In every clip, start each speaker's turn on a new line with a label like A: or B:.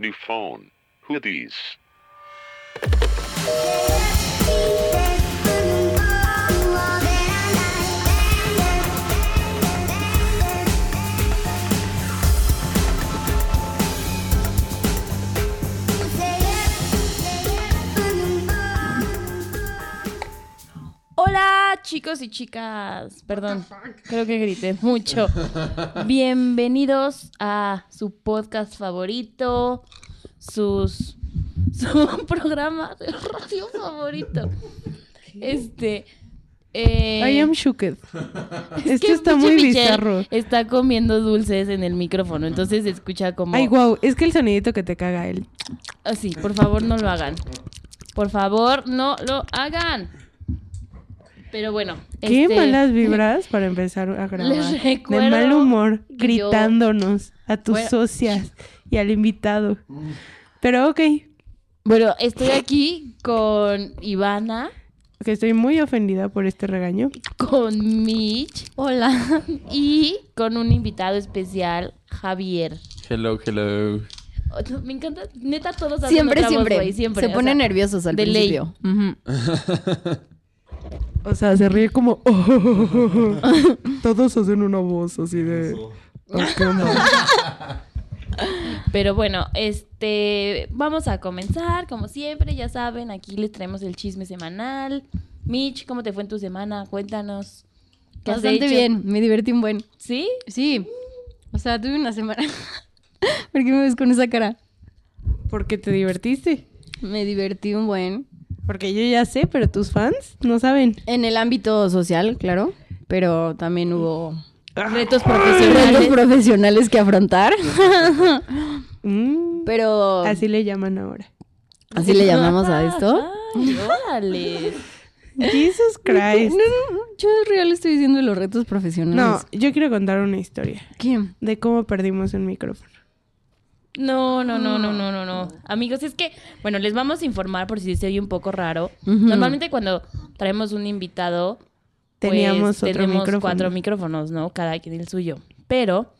A: New phone. Who these?
B: Hola chicos y chicas, perdón, creo que grité mucho. Bienvenidos a su podcast favorito, sus su programa de radio favorito. Este eh,
C: I am shooked.
B: es
C: Esto
B: que
C: está
B: pinche
C: muy
B: Michelle
C: bizarro.
B: Está comiendo dulces en el micrófono, entonces se escucha como
C: Ay, wow, es que el sonidito que te caga él.
B: así, por favor, no lo hagan. Por favor, no lo hagan. Pero bueno,
C: Qué
B: este,
C: malas vibras para empezar a grabar.
B: Les recuerdo
C: de mal humor,
B: que yo-
C: gritándonos a tus
B: Bueno.
C: socias y al invitado. Pero ok, que
B: Bueno, estoy aquí con Ivana,
C: estoy muy ofendida por este regaño.
B: con Mitch. Hola. Y con un invitado especial, Javier.
D: Hello, hello.
B: Oh, no, Me encanta, neta, todos hacen
E: Siempre,
B: otra voz,
E: siempre.
B: güey, siempre.
E: Se
B: o
E: ponen
B: sea,
E: nerviosos al
B: de ley.
E: principio. Mm. Ujú.
C: O sea, se ríe como... Todos hacen una voz así de...
B: Pero bueno, este, vamos a comenzar, como siempre, ya saben, aquí les traemos el chisme semanal. Mitch, ¿cómo te fue en tu semana? Cuéntanos. ¿Qué has
E: Bastante
B: hecho?
E: bien. Me divertí un buen.
B: ¿Sí?
E: Sí. O sea, tuve una semana. ¿Por qué me ves con esa cara?
C: Porque te divertiste.
E: Me divertí un buen.
C: Porque yo ya sé, pero tus fans no saben.
E: En el ámbito social, claro. Pero también hubo
B: Retos
E: retos
B: profesionales.
E: profesionales que afrontar.
C: Mm,
E: Pero
C: Así le llaman ahora.
E: así le llamamos a esto.
B: Ay, órale.
C: Jesus
E: No,
C: Christ.
E: no, no, yo real estoy diciendo los retos
C: No,
E: profesionales.
C: yo quiero contar una historia
E: ¿Qué?
C: de cómo perdimos un micrófono.
B: No, no, no, no, no, no, no.
C: Ah.
B: Amigos, es que, bueno, les vamos a informar por si se oye un poco raro.
E: Ujú.
B: Normalmente cuando traemos un invitado, pues,
C: Teníamos otro
B: tenemos
C: micrófono.
B: cuatro micrófonos, ¿no? Cada quien el suyo. Pero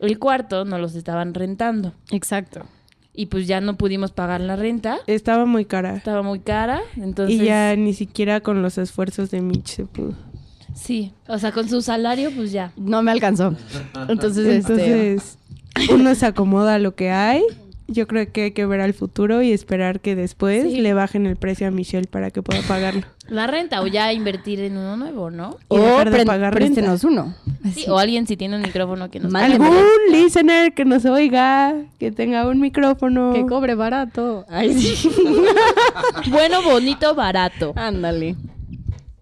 B: el cuarto nos los estaban rentando.
E: Exacto.
B: Y pues ya no pudimos pagar la renta.
C: Estaba muy cara.
B: Estaba muy cara. Entonces.
C: Y ya ni siquiera con los esfuerzos de Mitch se pudo.
B: Sí. O sea, con su salario, pues ya.
E: No me alcanzó. Entonces, este,
C: Entonces, uno se acomoda a lo que hay. Yo creo que hay que ver al futuro y esperar que después
B: Sí.
C: le bajen el precio a Michelle para que pueda pagarlo.
B: La renta o ya invertir en uno nuevo, ¿no?
C: y
E: o
C: dejar de
E: pren-
C: pagar
E: préstenos uno.
B: Sí, O alguien si tiene un micrófono que nos
E: Mal-
C: Algún
E: Mándenmelo.
C: listener que nos oiga, que tenga un micrófono.
E: Que cobre barato. Ay, sí.
B: Bueno, bonito, barato.
C: Ah.
E: Ándale.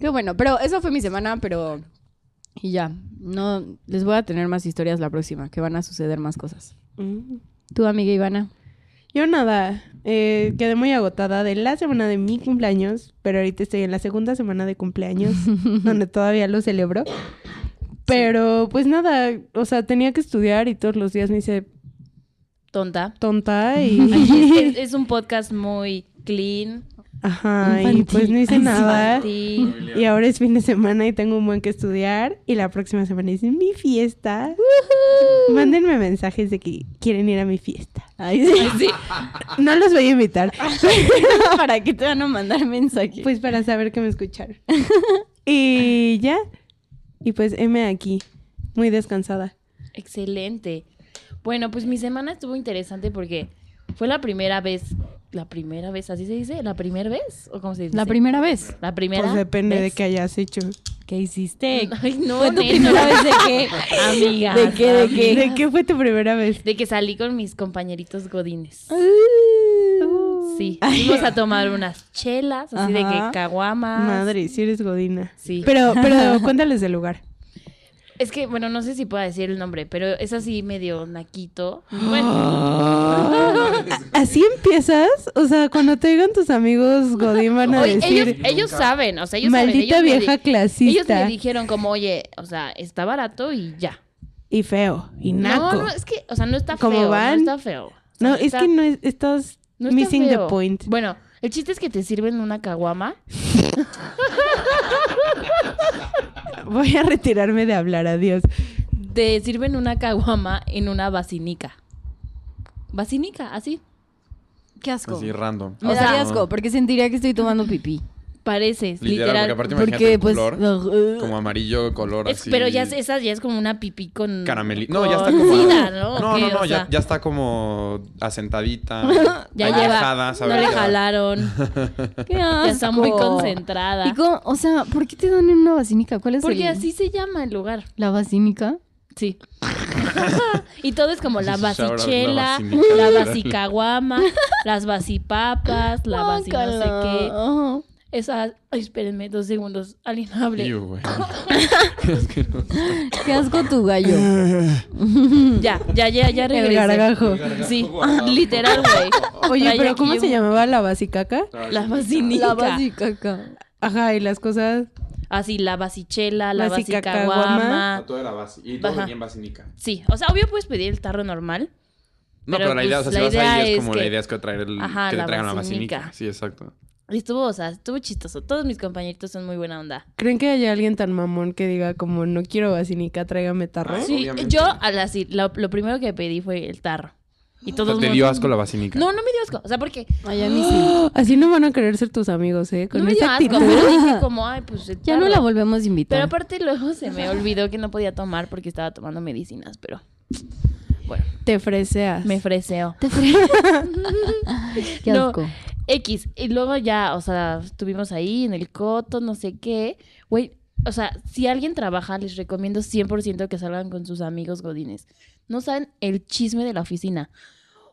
E: Qué bueno. Pero eso fue mi semana, pero. Y ya. No, les voy a tener más historias la próxima, que van a suceder más cosas.
C: Mm.
E: Tu amiga Ivana.
C: Yo nada, eh, quedé muy agotada de la semana de mi cumpleaños, pero ahorita estoy en la segunda semana de cumpleaños, donde todavía lo celebro. Pero pues nada, o sea, tenía que estudiar y todos los días me hice
B: Tonta.
C: tonta
B: Ay,
C: y...
B: Este es, es- es un podcast muy clean.
C: Ajá, y pues no hice
E: Infantil.
C: nada.
B: infantil.
C: Y ahora es fin de semana y tengo un buen que estudiar y la próxima semana es mi fiesta. Mándenme mensajes de que quieren ir a mi fiesta.
E: Ay, sí.
C: No los voy a invitar.
E: ¿Para qué te van a mandar mensaje?
C: Pues para saber que me escucharon. y ya. Y pues M aquí, muy descansada.
B: Excelente. Bueno, pues mi semana estuvo interesante porque fue la primera vez. ¿La primera vez? ¿Así se dice? ¿La primera vez? ¿O cómo se dice?
E: la primera vez.
B: La primera.
C: pues depende
B: vez.
C: de qué hayas hecho.
E: ¿Qué hiciste?
B: Ay, no,
E: ¿Fue tu
B: nena.
E: primera vez de qué?
B: Amiga.
E: ¿De qué? ¿De qué?
C: ¿De qué fue tu primera vez?
B: De que salí con mis compañeritos godines.
C: Uh,
B: Sí. Fuimos a tomar unas chelas, así de
E: Ajá.
B: que caguamas.
C: Ah, Madre, si eres godina.
B: Sí.
C: Pero, pero cuéntales del lugar.
B: Es que, bueno, no sé si pueda decir el nombre, pero es así medio naquito. Bueno,
C: ¿Así empiezas? O sea, cuando te digan tus amigos godín van a
B: oye, ellos,
C: decir,
B: ellos saben, o sea, ellos saben, ellos
C: maldita
B: me
C: vieja
B: di- Ellos me
C: clasista.
B: dijeron como, oye, o sea, está barato y ya.
C: Y feo, y naco.
B: No, no, es que, o sea, no está
C: ¿Cómo
B: feo,
C: van?
B: no está feo. O sea,
C: No, es
B: está-
C: que no es- estás
B: no está
C: missing
B: feo.
C: the point.
B: Bueno, el chiste es que te sirven una caguama.
C: Voy a retirarme de hablar, adiós.
B: Te sirven una caguama en una basinica. Basínica, así.
E: Qué asco.
D: Así random.
E: Me
B: O sea,
E: daría
D: no.
E: asco, porque sentiría que estoy tomando pipí.
B: Pareces,
D: Literal,
B: literal.
D: porque aparte imagínate
E: Porque,
D: el
E: pues.
D: color,
E: ugh,
D: como amarillo, color
B: Es-
D: así.
B: pero ya es- esa ya es como una pipí con
D: Carameli-
B: con
D: No, ya está como.
B: sida, ¿no?
D: no,
B: ¿O
D: no,
B: qué?
D: no,
B: O
D: ya,
B: sea,
D: ya está como asentadita.
B: ya lleva.
D: añejada, ¿sabes?
B: no le
D: Ya-
B: jalaron.
E: qué asco.
B: ya está muy concentrada.
E: Y cómo- o sea, ¿por qué te dan en una vacínica? ¿Cuál es
B: Porque
E: el-
B: así se llama el lugar.
E: ¿La vacínica?
B: Sí. y todo es como la
D: Sí, sí, ahora la
B: basichela,
D: basínica,
B: la
D: literal.
B: basicaguama, las basipapas, la basi no sé qué.
E: Guácala.
B: Esa, ay, espérenme dos segundos, alguien hable.
D: Iu, güey.
B: Ah.
E: Qué asco tu gallo.
B: Ya, ya, ya, ya
C: El
B: regresé.
C: gargajo.
B: Sí, literal, güey.
C: Oye,
B: Traía
C: pero
B: aquí
C: ¿cómo se
B: un-
C: llamaba la basicaca?
B: La basinica.
E: La vasicaca.
C: Ajá, y las cosas.
B: Así, la basichela, la
C: Basicacahuama.
B: basicaguama.
D: Todo era base. Y
B: todo Ajá. venía
D: en basinica.
B: Sí, o sea, obvio puedes pedir el tarro normal.
D: No,
B: Pero,
D: pero, la idea, o sea,
B: pues,
D: si
B: la
D: vas
B: idea
D: ahí
B: es
D: es como
B: que-
D: la idea es que traer el,
B: Ajá,
D: que
B: la
D: te traigan la
B: basínica.
D: basínica. Sí, exacto.
B: Y estuvo, o sea, estuvo chistoso. Todos mis compañeritos son muy buena onda.
C: ¿Creen que haya alguien tan mamón que diga como no quiero basinica, tráigame tarro?
D: Ay,
B: Sí,
D: ¿Eh? obviamente.
B: yo al así, lo, lo primero que pedí fue el tarro. Y
D: O sea,
B: todo
D: te dio asco la basínica.
B: No, no me dio asco. O sea, porque
E: Ay, a mí sí.
C: Así no van a querer ser tus amigos, ¿eh? Con
B: no me dio
C: esa
B: asco,
C: actitud.
B: pero dije como, ay, pues el
E: Ya no
B: tarro.
E: la volvemos a
B: Pero
E: invitar.
B: aparte luego se me olvidó que no podía tomar porque estaba tomando medicinas, pero bueno,
C: Te freseas.
B: me freseo.
E: Qué
B: No.
E: asco.
B: X. Y luego ya, o sea, estuvimos ahí en el coto, no sé qué. Güey, o sea, si alguien trabaja, les recomiendo 100% que salgan con sus amigos godines. No saben el chisme de la oficina.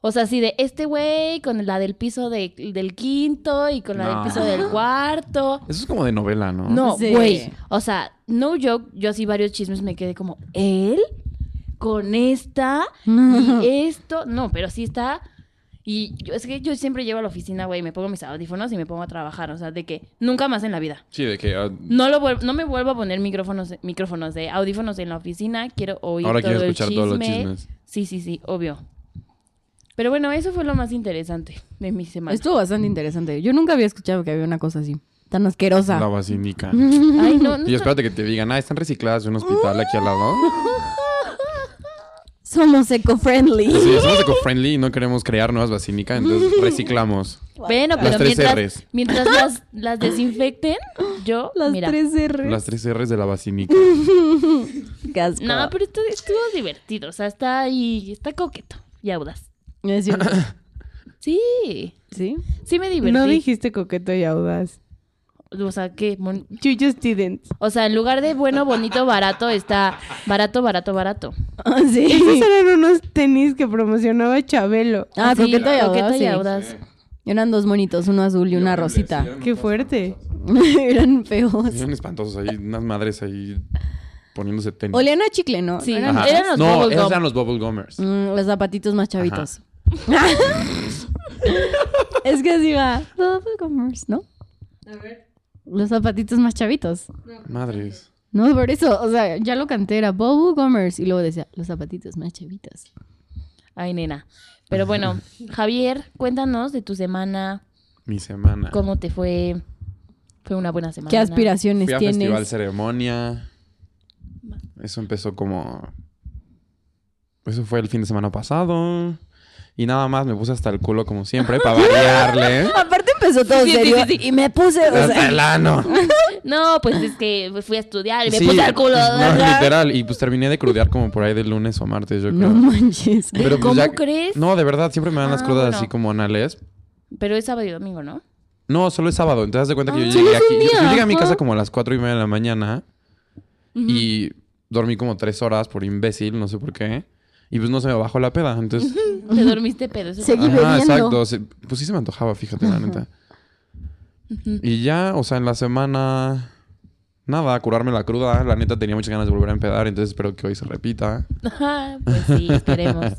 B: O sea, así de este güey con la del piso de- del quinto y con la
D: No.
B: del piso del cuarto.
D: Eso es como de novela, ¿no?
B: No,
E: Sí.
B: güey. O sea, no joke, yo así varios chismes me quedé como, ¿él? Con esta y esto. No, pero sí está. Y yo, es que yo siempre llevo a la oficina, güey, me pongo mis audífonos y me pongo a trabajar. O sea, de que nunca más en la vida.
D: Sí, de que ah,
B: No, lo vuel- no me vuelvo a poner micrófonos, micrófonos de audífonos en la oficina. Quiero oír
D: ahora
B: todo
D: quiero
B: el
D: escuchar todos los
B: chisme.
D: chismes.
B: Sí, sí, sí, obvio. Pero bueno, eso fue lo más interesante de mi semana.
E: Estuvo bastante interesante. Yo nunca había escuchado que había una cosa así. Tan asquerosa.
D: La basínica.
B: Ay, no, no,
D: Y espérate que te digan, ah, están recicladas de un hospital aquí al lado.
E: Somos eco-friendly.
D: Pues Sí, somos eco-friendly y no queremos crear nuevas basínicas, entonces reciclamos.
B: Bueno,
D: Las
B: pero
D: tres
B: mientras,
D: Rs.
B: mientras las, las desinfecten, yo.
E: Las
B: mira.
E: tres R.
D: Las tres R's de la basínica.
E: Qué asco.
B: No, pero esto- estuvo divertido. O sea, está ahí. Está coqueto y audaz.
E: Es cierto.
B: Sí.
E: ¿Sí?
B: Sí me divertí.
C: No dijiste coqueto y audaz.
B: O sea, que mon-
C: You just didn't.
B: O sea, en lugar de bueno, bonito, barato, está barato, barato, barato.
E: Ah,
C: Esos
E: sí.
C: eran unos tenis que promocionaba Chabelo.
E: Ah,
B: Así,
E: coqueta y audaz. sí.
B: audaz.
E: Eran dos monitos, uno azul y una rosita.
C: Qué fuerte.
E: Eran feos.
D: Eran espantosos ahí, unas madres ahí poniéndose tenis.
E: Olean a chicle, ¿no?
B: Sí.
E: Eran-
B: Ajá. Eran los
D: no,
B: bubble
D: esos
B: gum.
D: eran los bubble gummers.
E: Mm, los zapatitos más chavitos. es que así va. Bubble gummers, ¿no? Los zapatitos más chavitos.
D: Madres.
E: No, por eso, o sea, ya lo canté, era Bobu Gomers. Y luego decía, los zapatitos más chavitos.
B: Ay, nena. Pero bueno, Javier, cuéntanos de tu semana.
D: Mi semana.
B: ¿Cómo te fue? Fue una buena semana.
E: ¿Qué aspiraciones
D: Fui a
E: tienes?
D: festival ceremonia. Eso empezó como. Eso fue el fin de semana pasado. Y nada más me puse hasta el culo como siempre para variarle.
E: Aparte empezó todo
B: Sí, sí,
E: serio
B: sí, sí.
E: y me puse, o sea,
D: hasta el ano.
B: No, pues es que fui a estudiar y me
D: Sí,
B: puse al culo.
D: no, literal. Y pues terminé de crudear como por ahí de lunes o martes, yo creo.
E: no manches.
D: Pero pues
B: ¿Cómo
D: ya-
B: crees?
D: No, de verdad, siempre me dan las
B: Ah,
D: crudas
B: bueno.
D: así como anales.
B: Pero es sábado y domingo, ¿no?
D: No, solo es sábado. Entonces, haz de cuenta que
E: Ah.
D: yo
E: Solo
D: llegué
E: es un
D: aquí. Yo, yo
E: día,
D: llegué a mi
E: ajá.
D: casa como a las cuatro y media de la mañana. Y dormí como tres horas por imbécil, no sé por qué. Y pues no se me bajó la peda. Entonces.
B: Te dormiste pedo. eso
E: Seguí-
B: fue-
E: bebiendo.
D: exacto. Se- pues sí se me antojaba, fíjate, la neta. Y ya, o sea, en la semana. Nada, curarme la cruda. La neta tenía muchas ganas de volver a empedar, entonces espero que hoy se repita.
B: "Ah, Ajá, pues sí, esperemos.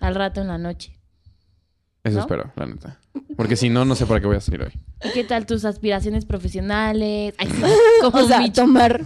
B: Al rato en la noche.
D: Eso
B: ¿No?
D: espero, la neta. Porque si no, no sé para qué voy a salir hoy.
B: ¿Y qué tal tus aspiraciones profesionales? Ay, sí, como
E: O sea,
B: bicho.
E: tomar.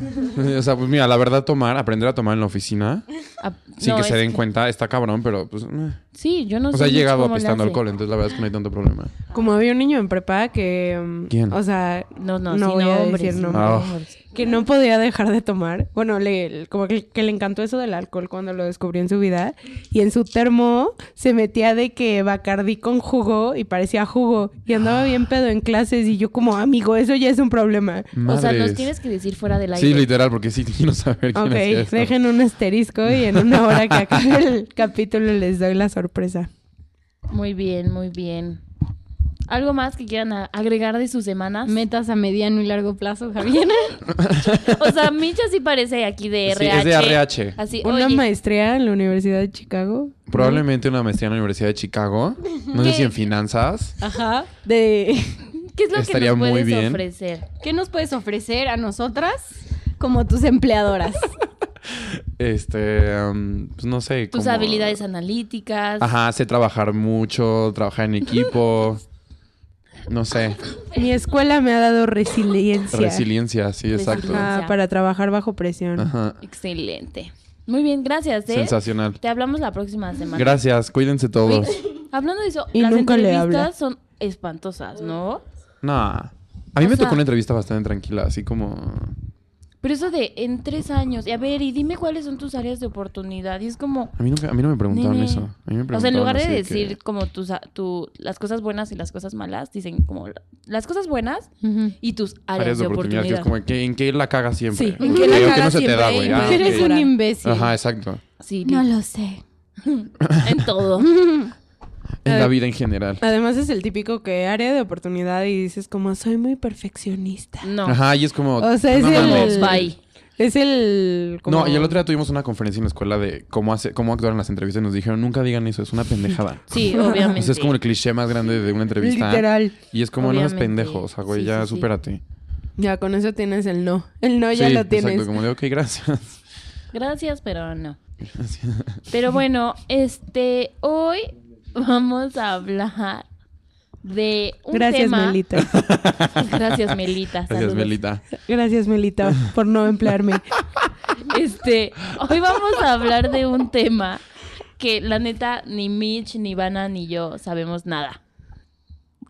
D: O sea, pues mira, la verdad, tomar, aprender a tomar en la oficina
B: Ah,
D: sin
B: no,
D: que se
B: es
D: den cuenta está cabrón, pero pues. eh.
B: Sí, yo no
D: O
B: sé.
D: sea, he
B: mucho
D: llegado
B: cómo le
D: apestando
B: hace.
D: alcohol, entonces la verdad es que no hay tanto problema.
C: Como había un niño en prepa que... mm,
D: ¿Quién?
C: O sea,
B: No, no,
C: No
B: sí,
C: voy
B: no,
C: a
B: hombres,
C: decir
B: sí,
C: nombres.
D: Ah.
B: hombres.
C: que no podía dejar de tomar. Bueno, le, como que, que le encantó eso del alcohol cuando lo descubrió en su vida. Y en su termo se metía de que Bacardí con jugo y parecía jugo. Y andaba bien pedo en clases. Y yo como, amigo, eso ya es un problema.
B: O sea, nos
D: Madres.
B: tienes que decir fuera del aire.
D: Sí, literal, porque sí quiero saber quién
C: Ok,
D: hacía eso.
C: dejen un asterisco y en una hora que acabe el capítulo les doy la sorpresa.
B: Muy bien, muy bien. ¿Algo más que quieran a- agregar de sus semanas?
E: Metas a mediano y largo plazo, Javier.
B: o sea, Micha sí parece aquí de
D: Sí,
B: RH.
D: es de RH.
B: Así,
C: Una
B: oye,
C: maestría en la Universidad de Chicago
D: Probablemente una maestría en la Universidad de Chicago. No sé
B: ¿Qué?
D: si en finanzas.
E: Ajá.
C: de
B: ¿qué es lo que
D: estaría
B: nos
D: muy
B: puedes
D: bien.
B: ofrecer?
E: ¿Qué nos puedes ofrecer a nosotras como tus empleadoras?
D: Este, am, pues no sé.
B: Tus
D: como-
B: habilidades analíticas.
D: Ajá, sé trabajar mucho, trabajar en equipo. No sé.
C: mi escuela me ha dado resiliencia,
D: Resiliencia, sí, exacto.
B: Resiliencia.
C: Ajá, para trabajar bajo presión.
D: Ajá.
B: Excelente. Muy bien, gracias, ¿eh?
D: Sensacional.
B: Te hablamos la próxima semana.
D: Gracias, cuídense todos.
B: Hablando de eso,
C: Y
B: las
C: nunca le habla.
B: entrevistas son espantosas, ¿no?
D: Nah. A mí
B: O
D: me
B: sea-
D: tocó una entrevista bastante tranquila, así como...
B: Pero eso de en tres años, y a ver, y dime cuáles son tus áreas de oportunidad. Y es como,
D: A mí, nunca- a mí no me preguntaron
B: Nene.
D: eso. A
B: o
D: mí me
B: sea, en
D: preguntaron
B: lugar de
D: así que-
B: decir como tus, a- tu, las cosas buenas y las cosas malas, dicen como la- las cosas buenas
C: Ujú.
B: y tus áreas,
D: áreas de oportunidad, que es como que- en qué la cagas siempre.
C: Sí,
E: ¿en qué la
D: Ok, o que no
C: cagas
D: se te da,
C: siempre?
D: güey.
C: ¿En
D: Ah,
C: qué
E: Eres
D: ok.
E: un imbécil.
D: Ajá, exacto.
B: Sí,
E: No lo sé.
B: en todo.
D: En la
C: Eh,
D: vida en general.
C: Además es el típico que área de oportunidad y dices como soy muy perfeccionista.
B: No.
D: Ajá, y es como...
C: O sea, es
D: no
C: el-
D: mames.
B: Como, bye.
C: Es el como-
D: No, y el otro día tuvimos una conferencia en la escuela de cómo, hace, cómo actuar en las entrevistas y nos dijeron, nunca digan eso, es una pendejada.
B: Sí, obviamente.
D: O sea, Pues es como el cliché más grande de una entrevista. ¿eh?
C: literal.
D: Y es como, no seas
B: Obviamente.
D: pendejo, o sea, güey,
B: Sí,
D: ya
B: sí, sí.
D: supérate.
C: Ya con eso tienes el no. El no ya
D: Sí,
C: lo tienes.
D: Exacto, como de, ok, gracias.
B: Gracias, pero no. Pero bueno, este, hoy vamos a hablar de un
C: Gracias,
B: tema.
C: Melita.
B: Gracias, Melita.
D: Gracias,
B: saludos.
D: Melita.
C: Gracias, Melita, por no emplearme.
B: Este, hoy vamos a hablar de un tema que la neta ni Mitch, ni Vana, ni yo sabemos nada.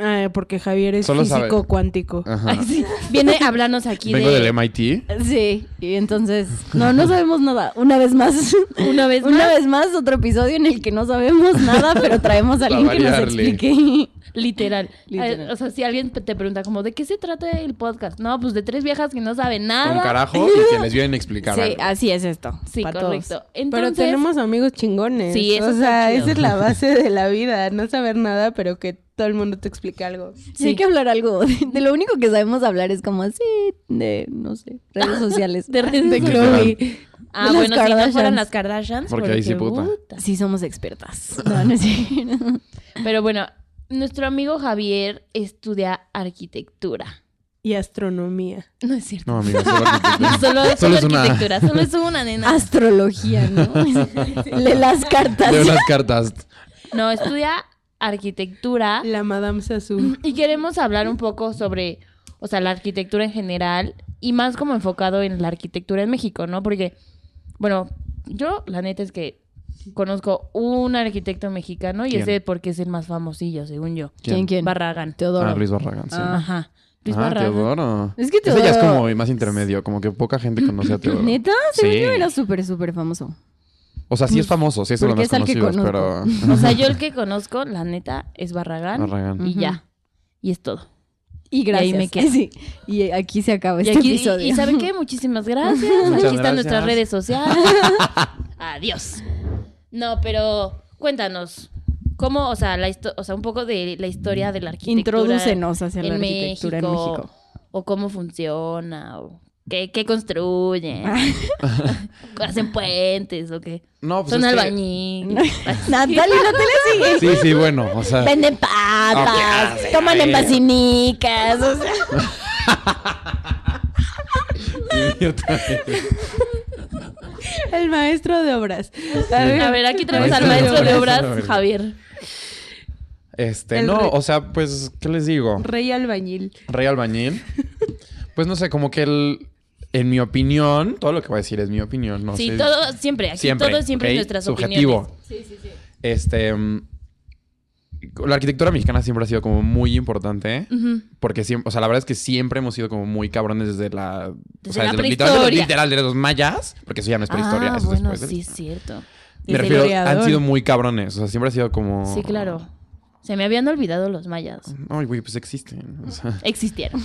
C: Ah, porque Javier es
D: Solo sabe. Ah.
C: físico cuántico.
D: Ajá.
B: Ay, sí. Viene a hablarnos aquí
D: Vengo
B: de
D: del MIT.
E: Sí, y entonces, no, no sabemos nada. Una vez más,
B: una vez más,
E: una vez más, otro episodio en el que no sabemos nada, pero traemos a
D: Pa'
E: alguien que nos
D: variarle.
E: explique.
B: literal.
E: Literal.
B: Eh, O sea, si alguien te pregunta como de qué se trata el podcast, no, pues de tres viejas que no saben nada.
D: Con carajo y que les vienen a explicar.
E: Sí, ah.
D: algo.
E: así es esto.
B: Sí,
E: pa'
B: correcto.
C: Pero
B: Entonces,
C: tenemos amigos chingones.
B: Sí, eso
C: o
B: está
C: sea,
B: chido.
C: esa es la base de la vida, no saber nada, pero que todo el mundo te explique algo.
E: Sí, hay que hablar algo. De lo único que sabemos hablar es como así, de, no sé, redes sociales.
B: de redes
C: De
B: sociales.
C: Chloe.
B: Ah,
E: Las
B: bueno, si no
E: Kardashians.
B: fueran las Kardashians.
D: Porque ahí sí, puta.
E: Sí, somos expertas. No, no es cierto.
B: Pero bueno, nuestro amigo Javier estudia arquitectura.
C: Y astronomía.
B: No es cierto.
D: No, amiga, solo
B: No, solo,
D: arquitectura.
B: solo,
D: Solo es una-
B: arquitectura, solo es una nena.
E: Astrología, ¿no? Lee las cartas.
D: Leo las cartas. Ah,
B: No, estudia arquitectura
C: La Madame Sassou.
B: y queremos hablar un poco sobre, o sea, la arquitectura en general y más como enfocado en la arquitectura en México, ¿no? Porque, bueno, yo la neta es que conozco un arquitecto mexicano y
D: ¿Quién?
B: ese porque es el más famosillo, según yo.
E: ¿Quién, quién?
B: Barragán.
E: Teodoro.
D: Ah, Luis Barragán, sí.
E: Ah,
B: Ajá. Luis
D: Ah,
B: Barragán.
D: Teodoro.
E: Es que
D: Ese ya es
E: Teodoro-
D: como más intermedio, como que poca gente conoce a Teodoro.
E: ¿Neta?
D: Sí.
E: Según yo era súper, súper famoso.
D: O sea, sí es famoso, sí es uno de
E: Porque
D: los
E: es al que
D: conocidos, pero...
E: conozco.
B: O sea, yo el que conozco, la neta, es Barragán,
D: Barragán.
B: y ya. Y es todo.
E: Y gracias.
B: ahí me quedo.
E: Sí. Y aquí se acaba
B: Y,
E: este
B: aquí,
E: episodio.
B: y, y ¿saben qué? Muchísimas gracias.
D: Muchas
B: aquí están nuestras
D: gracias.
B: redes sociales. Adiós. No, pero cuéntanos. ¿Cómo, o sea, la histo- o sea, un poco de la historia de la arquitectura?
E: Introdúcenos hacia la
B: en
E: arquitectura en México.
B: O cómo funciona, o qué, qué construyen. Hacen puentes, o qué.
D: No, pues
B: Son
D: es que-
B: albañil.
E: Natalia, no te le sigue.
D: Sí, sí, bueno, o sea...
E: Venden patas,
D: Ah. Ok, ah,
E: toman
D: sí.
E: en basinicas, o sea.
C: El maestro de obras. A ver,
B: A ver, aquí traemos al
D: Maestro de
B: maestro de
D: obras.
B: obras, Javier.
D: Este,
C: El
D: no,
C: re-
D: o sea, pues, ¿qué les digo?
C: Rey albañil.
D: Rey albañil. pues no sé, como que el, en mi opinión, todo lo que voy a decir es mi opinión, no
B: sí,
D: sé.
B: todo siempre. Aquí todo es siempre
D: ¿ok?
B: nuestras
D: Subjetivo.
B: opiniones.
D: Este. mm, La arquitectura mexicana siempre ha sido como muy importante. ¿eh?
B: Ujú.
D: Porque siempre, o sea, la verdad es que siempre hemos sido como muy cabrones desde la. o
B: Desde la
D: sea, desde- literal, de los-
B: prehistoria.
D: literal, de los mayas. Porque eso ya no es prehistoria.
B: Ah,
D: eso es
B: bueno,
D: después del-
B: sí, es cierto.
C: desde
D: Me
C: el
D: refiero, han
C: Oreador.
D: sido muy cabrones. O sea, siempre ha sido como.
B: Sí, claro. Se me habían olvidado los mayas.
D: Ay, güey, pues existen. O sea,
B: Existieron.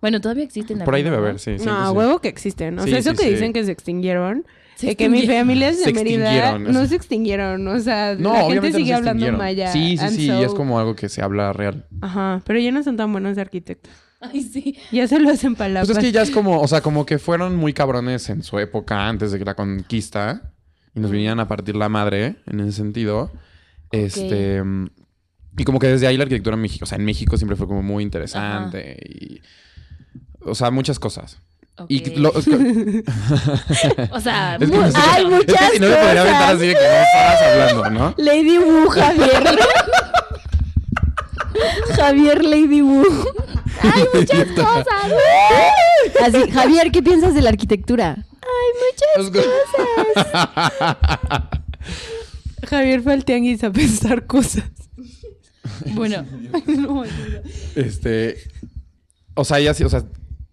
B: bueno, todavía existen.
D: por ahí debe
B: algunos,
D: haber,
B: ¿no?
D: sí.
C: no, a
D: 100%.
C: huevo que existen. O
D: Sí,
C: sea, eso
D: sí,
C: que
D: sí.
C: dicen que se extinguieron.
B: Se
C: de que mi
B: extinguieron.
C: familia es
D: Se
C: de Mérida.
D: extinguieron,
C: No
D: eso.
C: se extinguieron. O sea,
D: No,
C: la gente
D: obviamente
C: sigue
D: no se
C: hablando
D: extinguieron.
C: maya.
D: Sí, sí,
C: and
D: sí. Y es
C: so-
D: como algo que se habla real.
C: Ajá. Pero ya no son tan buenos de arquitectos.
B: Ay, sí.
C: Ya se lo hacen palabras.
D: Pues es que ya es como, o sea, como que fueron muy cabrones en su época antes de que la conquista y nos vinieran a partir la madre en ese sentido. Este. mm, Y como que desde ahí la arquitectura en México, o sea, en México siempre fue como muy interesante y. O sea, muchas cosas.
B: Ok.
D: Y lo- es que-
B: O sea,
D: es que
B: mu-
D: no sé-
B: hay
D: es que
B: muchas
D: si no me podría aventar
B: cosas.
D: así de que dos horas hablando, ¿no?
B: Lady Wu, Javier.
E: Javier Lady Wu.
B: Hay muchas cosas.
E: Así, Javier, ¿qué piensas de la arquitectura?
B: Hay muchas.
C: Javier fue al tianguis a pensar cosas.
B: Bueno,
C: no,
D: Este. O sea, ya sí, o sea,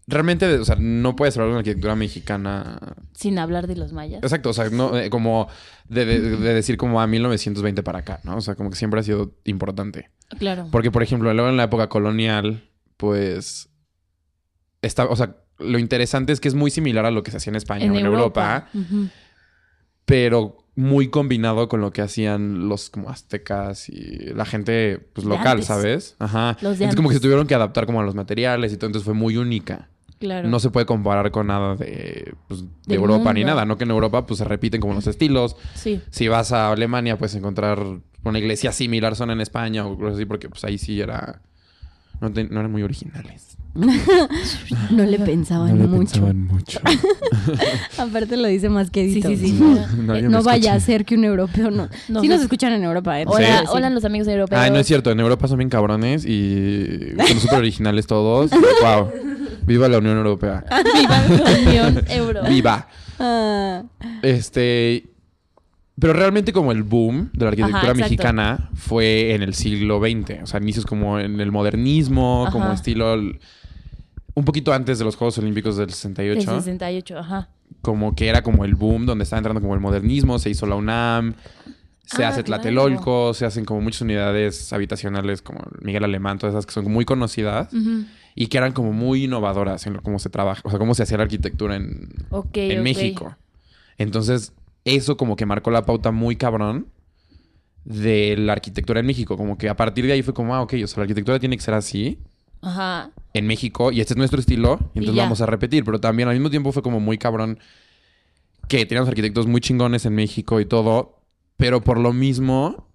D: realmente, o sea, no puedes hablar de una arquitectura mexicana
B: sin hablar de los mayas.
D: Exacto, o sea, no, eh, como de, de- de decir como a 1920 para acá, ¿no? O sea, como que siempre ha sido importante.
B: Claro.
D: Porque, por ejemplo, luego en la época colonial, pues, está, o sea, lo interesante es que es muy similar a lo que se hacía en España
B: En
D: o en Europa,
B: Europa.
E: Ujú.
D: pero muy combinado con lo que hacían los como aztecas y la gente pues,
B: De
D: local,
B: antes.
D: ¿sabes? Ajá.
B: Los de
D: Entonces, como que
B: antes.
D: se tuvieron que adaptar como a los materiales y todo, entonces fue muy única.
B: Claro.
D: No se puede comparar con nada de, pues, de
B: Del
D: Europa ni
B: mundo.
D: nada, ¿no? Que en Europa pues se repiten como los estilos,
B: Sí.
D: si vas a Alemania, puedes encontrar una iglesia similar, son en España o cosas así, porque pues ahí sí era. No, te- no eran muy originales.
E: No le pensaban mucho.
D: mucho.
E: Aparte lo dice más que
B: Sí,
E: edito.
B: sí, sí.
D: Nadie
E: Eh,
D: me
E: no vaya
D: escucha.
E: a ser que un europeo no.
B: No,
E: sí
B: no.
E: nos escuchan en Europa, ¿eh?
D: Sí.
B: Hola, hola los amigos europeos.
D: Ay, no es cierto. En Europa son bien cabrones y son súper originales todos. ¡Wow! ¡Viva la Unión Europea!
B: Viva la Unión Euro.
D: ¡Viva!
E: Ah,
D: Este. Pero realmente como el boom de la arquitectura
B: exacto.
D: mexicana fue en el siglo XX. O sea, inicios como en el modernismo, como
B: Ajá.
D: estilo... el- un poquito antes de los Juegos Olímpicos del 68.
B: Del 68, ajá.
D: Como que era como el boom donde estaba entrando como el modernismo. Se hizo la UNAM. Se
B: Ah,
D: hace
B: claro.
D: Tlatelolco. Se hacen como muchas unidades habitacionales como Miguel Alemán. Todas esas que son muy conocidas.
B: Ujú.
D: Y que eran como muy innovadoras en lo- cómo se trabaja. O sea, cómo se hacía la arquitectura en,
B: Ok,
D: en
B: ok.
D: México. Entonces, eso como que marcó la pauta muy cabrón de la arquitectura en México. Como que a partir de ahí fue como, ah, ok, o sea, la arquitectura tiene que ser así
B: Ajá.
D: en México y este es nuestro estilo, y entonces
B: ya.
D: vamos a repetir. Pero también al mismo tiempo fue como muy cabrón que teníamos arquitectos muy chingones en México y todo, pero por lo mismo,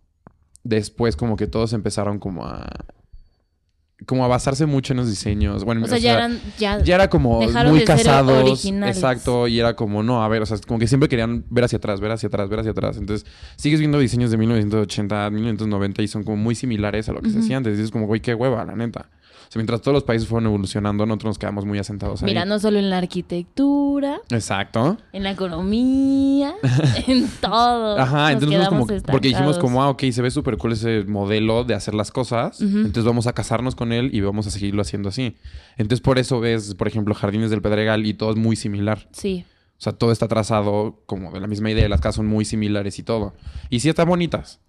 D: después como que todos empezaron como a... Como a basarse mucho en los diseños. Bueno,
B: O sea, ya eran. Ya...
D: Mm, ya era como
B: Dejaron
D: muy
B: de ser
D: casados.
B: originales.
D: Exacto. Y era como, no, a ver, o sea, como que siempre querían ver hacia atrás, ver hacia atrás, ver hacia atrás. Entonces, sigues viendo diseños de 1980, 1990 y son como muy similares a lo que se hacía antes. Y dices como, güey, qué hueva, la neta. O sea, mientras todos los países fueron evolucionando, nosotros nos quedamos muy asentados ahí.
B: Mira, no solo en la arquitectura,
D: Exacto.
B: en la economía, en todo. Nos
D: Ajá, entonces nosotros
B: quedamos
D: como, porque dijimos
B: estancados.
D: como, ah, ok, se ve súper cool ese modelo de hacer las cosas,
B: Ujú.
D: entonces vamos a casarnos con él y vamos a seguirlo haciendo así. Entonces por eso ves, por ejemplo, Jardines del Pedregal y todo es muy similar.
B: Sí.
D: O sea, todo está trazado como de la misma idea, las casas son muy similares y todo. Y sí están bonitas,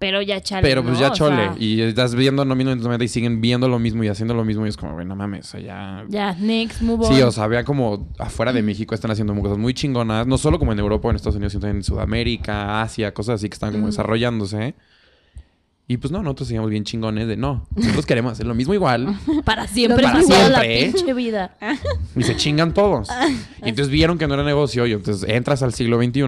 B: Pero ya chale.
D: pero pues
B: ¿no?
D: ya
B: O
D: chole.
B: sea,
D: Y estás viendo no 1990 y siguen viendo lo mismo y haciendo lo mismo y es como, güey, no mames, o sea, ya...
B: Ya, Mm. next, move on.
D: Sí, o sea, vea como afuera de México están haciendo cosas muy chingonas, no solo como en Europa, en Estados Unidos, sino en Sudamérica, Asia, cosas así que están como
B: Ujú.
D: desarrollándose. Y pues no, nosotros seguimos bien chingones de no, nosotros queremos hacer lo mismo igual.
B: Para siempre,
D: Para
B: para toda la
D: siempre. ¿eh?
B: pinche vida.
D: Y se chingan todos. Y entonces vieron que no era negocio y entonces entras al siglo XXI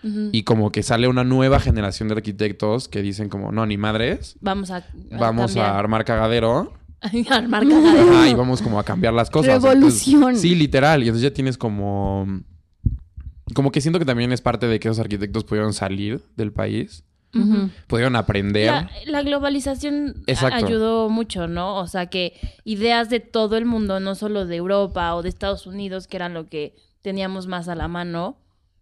B: Ujú.
D: y como que sale una nueva generación de arquitectos que dicen como, no, ni madres,
B: Vamos a.
D: vamos a armar cagadero
B: cambiar. a armar cagadero.
D: ajá, y vamos como a cambiar las cosas.
E: Revolución.
D: Entonces, sí, literal. Y entonces ya tienes como... Como que siento que también es parte de que esos arquitectos pudieron salir del país
E: Ujú.
D: Pudieron aprender.
B: La, la globalización a-
D: Exacto.
B: ayudó mucho, ¿no? O sea, que ideas de todo el mundo, no solo de Europa o de Estados Unidos, que eran lo que teníamos más a la mano,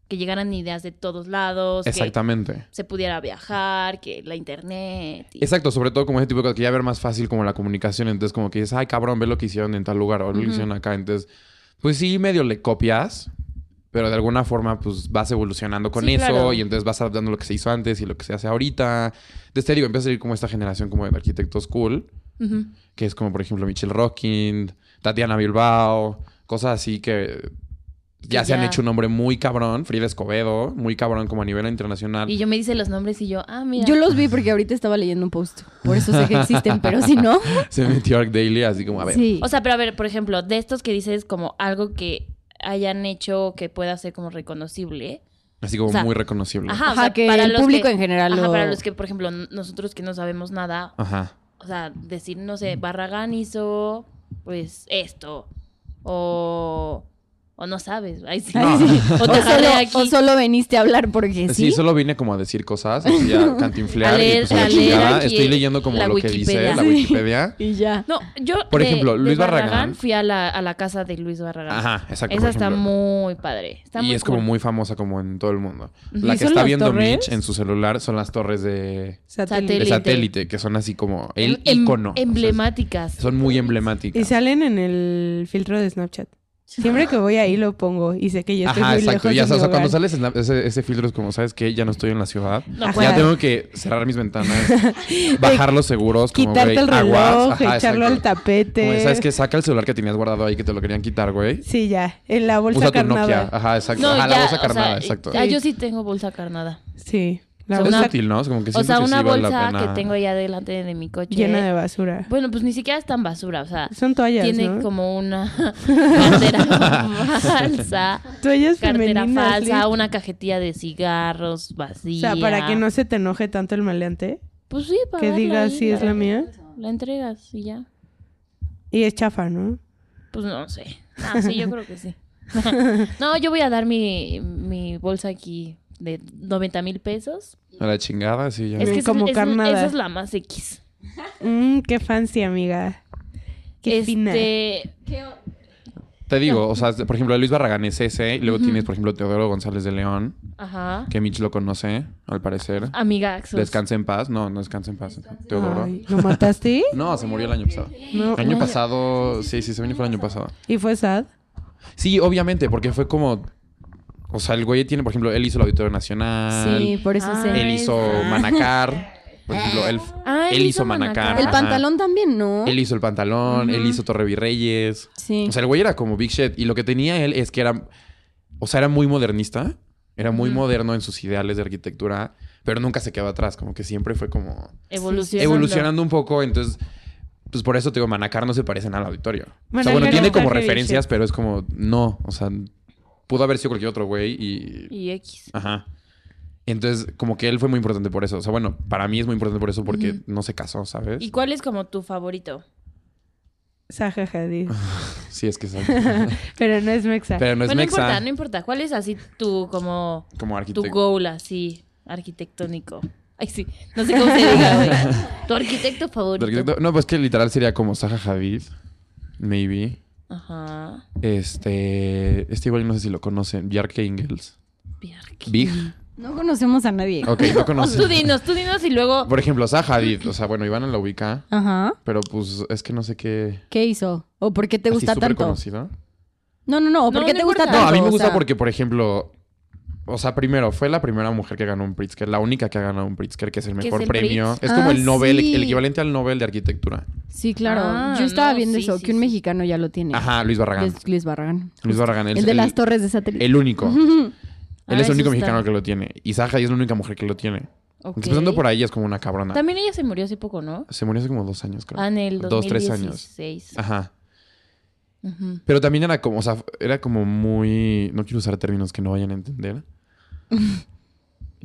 B: que llegaran ideas de todos lados,
D: Exactamente.
B: que se pudiera viajar, que la internet. y-
D: Exacto, sobre todo como ese tipo de cosas que ya ver más fácil como la comunicación. Entonces, como que dices, ay, cabrón, ve lo que hicieron en tal lugar o lo que
E: Ujú.
D: hicieron acá. Entonces, pues sí, medio le copias, pero de alguna forma, pues vas evolucionando con
B: Sí,
D: eso
B: claro.
D: y entonces vas adaptando lo que se hizo antes y lo que se hace ahorita. Entonces, te digo, empieza a salir como esta generación como de arquitectos cool,
B: Ujú.
D: que es como, por ejemplo, Michelle Rocking, Tatiana Bilbao, cosas así que. Ya
B: Que
D: se han
B: ya-
D: hecho un nombre muy cabrón, Frida Escobedo, muy cabrón como a nivel internacional.
B: Y yo me dice los nombres y yo, ah, mira.
E: Yo los vi porque ahorita estaba leyendo un post. Por eso sé que existen, pero si no.
D: Se metió Arc Daily así como, a ver,
E: Sí.
B: O sea, pero a ver, por ejemplo, de estos que dices como algo que hayan hecho que pueda ser como reconocible.
D: así como
B: O sea,
D: muy reconocible.
B: Ajá,
E: Ajá,
B: o sea,
E: que
B: para
E: el
B: los
E: público
B: que-
E: en general.
B: Ajá,
E: lo-
B: para los que, por ejemplo, n- nosotros que no sabemos nada,
D: Ajá.
B: o sea, decir, no sé, Barragán hizo, pues, esto, o, o no sabes, ay, sí.
E: Ay,
D: No.
E: sí.
B: o
E: O,
B: te
E: solo,
B: jalé aquí,
E: o solo veniste a hablar porque
D: Sí,
E: sí.
D: solo vine como a decir cosas, así a cantinflear.
B: A leer-
D: y pues a la
B: a leer
D: chingada.
B: aquí
D: Estoy leyendo como
B: la
D: lo que dice
B: Wikipedia.
D: la
E: Sí.
D: Wikipedia.
E: Y ya.
B: no, yo,
D: Por
B: de-
D: ejemplo,
B: de
D: Luis Barragán.
B: fui a la, a la casa de Luis Barragán,
D: Ajá, exacto.
B: esa
D: por
B: está
D: ejemplo.
B: muy padre, está
D: y
B: muy
D: es como
B: cool.
D: muy famosa como en todo el mundo.
B: Ujú.
D: La
E: ¿Y
D: que
E: son
D: está
E: las
D: viendo
E: torres?
D: Mitch en su celular son las torres de,
B: Satélite.
D: de satélite, que son así como el
B: Em-
D: icono.
B: Emblemáticas.
D: son muy
C: Y
D: emblemáticas.
C: salen en el filtro de Snapchat. Siempre que voy ahí lo pongo y sé que yo estoy
D: Ajá,
C: muy
D: exacto.
C: lejos
D: Ya
C: de mi
D: sabes, cuando
C: hogar.
D: sales en la- ese, ese filtro es como, ¿sabes qué? Ya no estoy en la ciudad.
B: No
C: Ajá.
B: puedo.
D: Ya tengo que cerrar mis ventanas, bajar los seguros, como,
C: Quitarte
D: güey,
C: el reloj,
D: aguas. Ajá,
C: echarlo
D: exacto.
C: al tapete.
D: Como, ¿Sabes
B: Este
D: que Saca el celular que tenías guardado ahí que te lo querían quitar, güey.
C: Sí, ya. En la bolsa
D: Usa tu Nokia.
C: carnada.
D: Ajá, exacto.
B: No,
D: Ajá,
B: ya,
D: la bolsa
B: o sea,
D: carnada, exacto.
B: ya yo sí tengo bolsa carnada.
C: Sí.
B: O sea,
C: La
D: es
C: bolsa
B: una-
D: útil, ¿no? Es como que
B: O
D: siento
B: sea,
D: que sí
B: una
D: vale la
B: bolsa que
D: pena.
B: tengo allá delante de mi coche.
C: llena de basura.
B: Bueno, pues ni siquiera es tan basura, o sea,
C: Son toallas,
B: tiene
C: ¿no?
B: como una cartera falsa,
C: Toallas
B: cartera
C: femeninas,
B: falsa,
C: Liz.
B: una cajetilla de cigarros
C: O
B: vacía.
C: sea, para que no se te enoje tanto el maleante.
B: Pues sí, para
C: Que
B: darla
C: digas
B: ahí,
C: si es
B: la-
C: la mía.
B: La entregas y ya.
C: Y es chafa, ¿no?
B: Pues no sé. Ah, sí, yo creo que sí. no, yo voy a dar mi, mi bolsa aquí de 90 mil pesos.
D: A la chingada, sí, ya.
B: Es que esa-
C: Como
B: esa-
C: carnada.
B: esa es la más X.
C: Mmm, qué fancy, amiga. Qué fina.
B: Este,
D: Te digo, o sea, por ejemplo, Luis Barragán es ese. Y luego tienes, por ejemplo, Teodoro González de León,
B: Ajá.
D: que Mitch lo conoce, al parecer.
B: Amiga Axos.
D: Descansa en paz. No, no descansa en paz. Teodoro.
C: Ay, ¿Lo mataste?
D: No, se murió el año pasado.
C: No.
D: El año pasado, sí, sí, se vino fue el año pasado.
C: ¿Y fue sad?
D: Sí, obviamente, porque fue como. O sea, el güey tiene, por ejemplo, él hizo el Auditorio Nacional.
E: Sí, por eso
B: Ah,
E: sé.
D: Él
B: Ay,
D: hizo
B: sí.
D: Manacar. Por ejemplo, él,
B: Ah,
D: él hizo Manacar.
E: El
D: Ajá.
E: pantalón también, ¿no?
D: él hizo el pantalón, él hizo Torre Virreyes.
E: Ah. Sí.
D: O sea, el güey era como big shit. Y lo que tenía él es que era. O sea, era muy modernista. Era muy moderno en sus ideales de arquitectura. Pero nunca se quedó atrás. Como que siempre fue como.
B: Evolucionando.
D: Evolucionando un poco. Entonces. Pues por eso te digo, Manacar no se parecen al auditorio. o sea,
C: Manacar
D: bueno, tiene
C: está
D: como
C: heavy
D: referencias,
C: shit.
D: pero es como, no. O sea, pudo haber sido cualquier otro güey y.
B: Y X.
D: Ajá. Entonces, como que él fue muy importante por eso. O sea, bueno, para mí es muy importante por eso porque no se casó, ¿sabes?
B: ¿Y cuál es como tu favorito?
C: Saja Hadid.
D: Sí, es que es
C: Pero no es mexa.
D: Pero no
B: bueno, Pues no
D: es Pues mexa.
B: importa, no importa. ¿Cuál es así tu como
D: Como
B: tu
D: arquitecto.
B: goal así arquitectónico? Ay, sí. No sé cómo se diga, güey. Tu arquitecto favorito.
D: Arquitecto- No, pues que literal sería como Zaha Hadid. Maybe.
B: Ajá.
D: Este. Este igual no sé si lo conocen. Bjarke Ingels.
B: Bjarke.
D: Big.
E: No conocemos a nadie.
D: Ok, no conocen.
B: Tú dinos, tú dinos y luego
D: Por ejemplo, Zaha Hadid. O sea, bueno, Iván la ubica.
E: Ajá.
D: Pero pues es que no sé qué.
E: ¿Qué hizo? ¿O por qué te
D: así
E: gusta
D: súper
E: tanto?
D: conocido.
E: No, no, no. ¿Por
B: No,
E: qué
B: no
E: te
B: importa.
E: gusta tanto?
D: No, a mí me
E: O
D: gusta
E: sea,
D: porque, por ejemplo. O sea, primero, fue la primera mujer que ganó un Pritzker, la única que ha ganado un Pritzker, que es el
B: ¿Qué es
D: mejor
B: el
D: premio.
B: Priz?
D: Es como
E: Ah,
D: el Nobel,
E: sí.
D: el equivalente al Nobel de arquitectura.
E: Sí, claro.
B: Ah,
E: Yo estaba
B: no,
E: viendo
B: sí,
E: eso,
B: sí,
E: que un
B: sí.
E: mexicano ya lo tiene.
D: Ajá, Luis Barragán.
E: Es Luis Barragán.
D: Luis Barragán.
E: El, de las torres de satélite.
D: El único. Él
B: Ah,
D: es el único
B: eso está.
D: mexicano que lo tiene. Y Zaha es la única mujer que lo tiene.
B: Ok.
D: Empezando por ahí es como una cabrona.
B: También ella se murió hace poco, ¿no?
D: Se murió hace como dos años, creo.
B: Ah, en el
D: Dos, tres años. Ah.
B: 2016.
D: Ajá.
B: Ujú.
D: Pero también era como, o sea, era como muy. No quiero usar términos que no vayan a entender.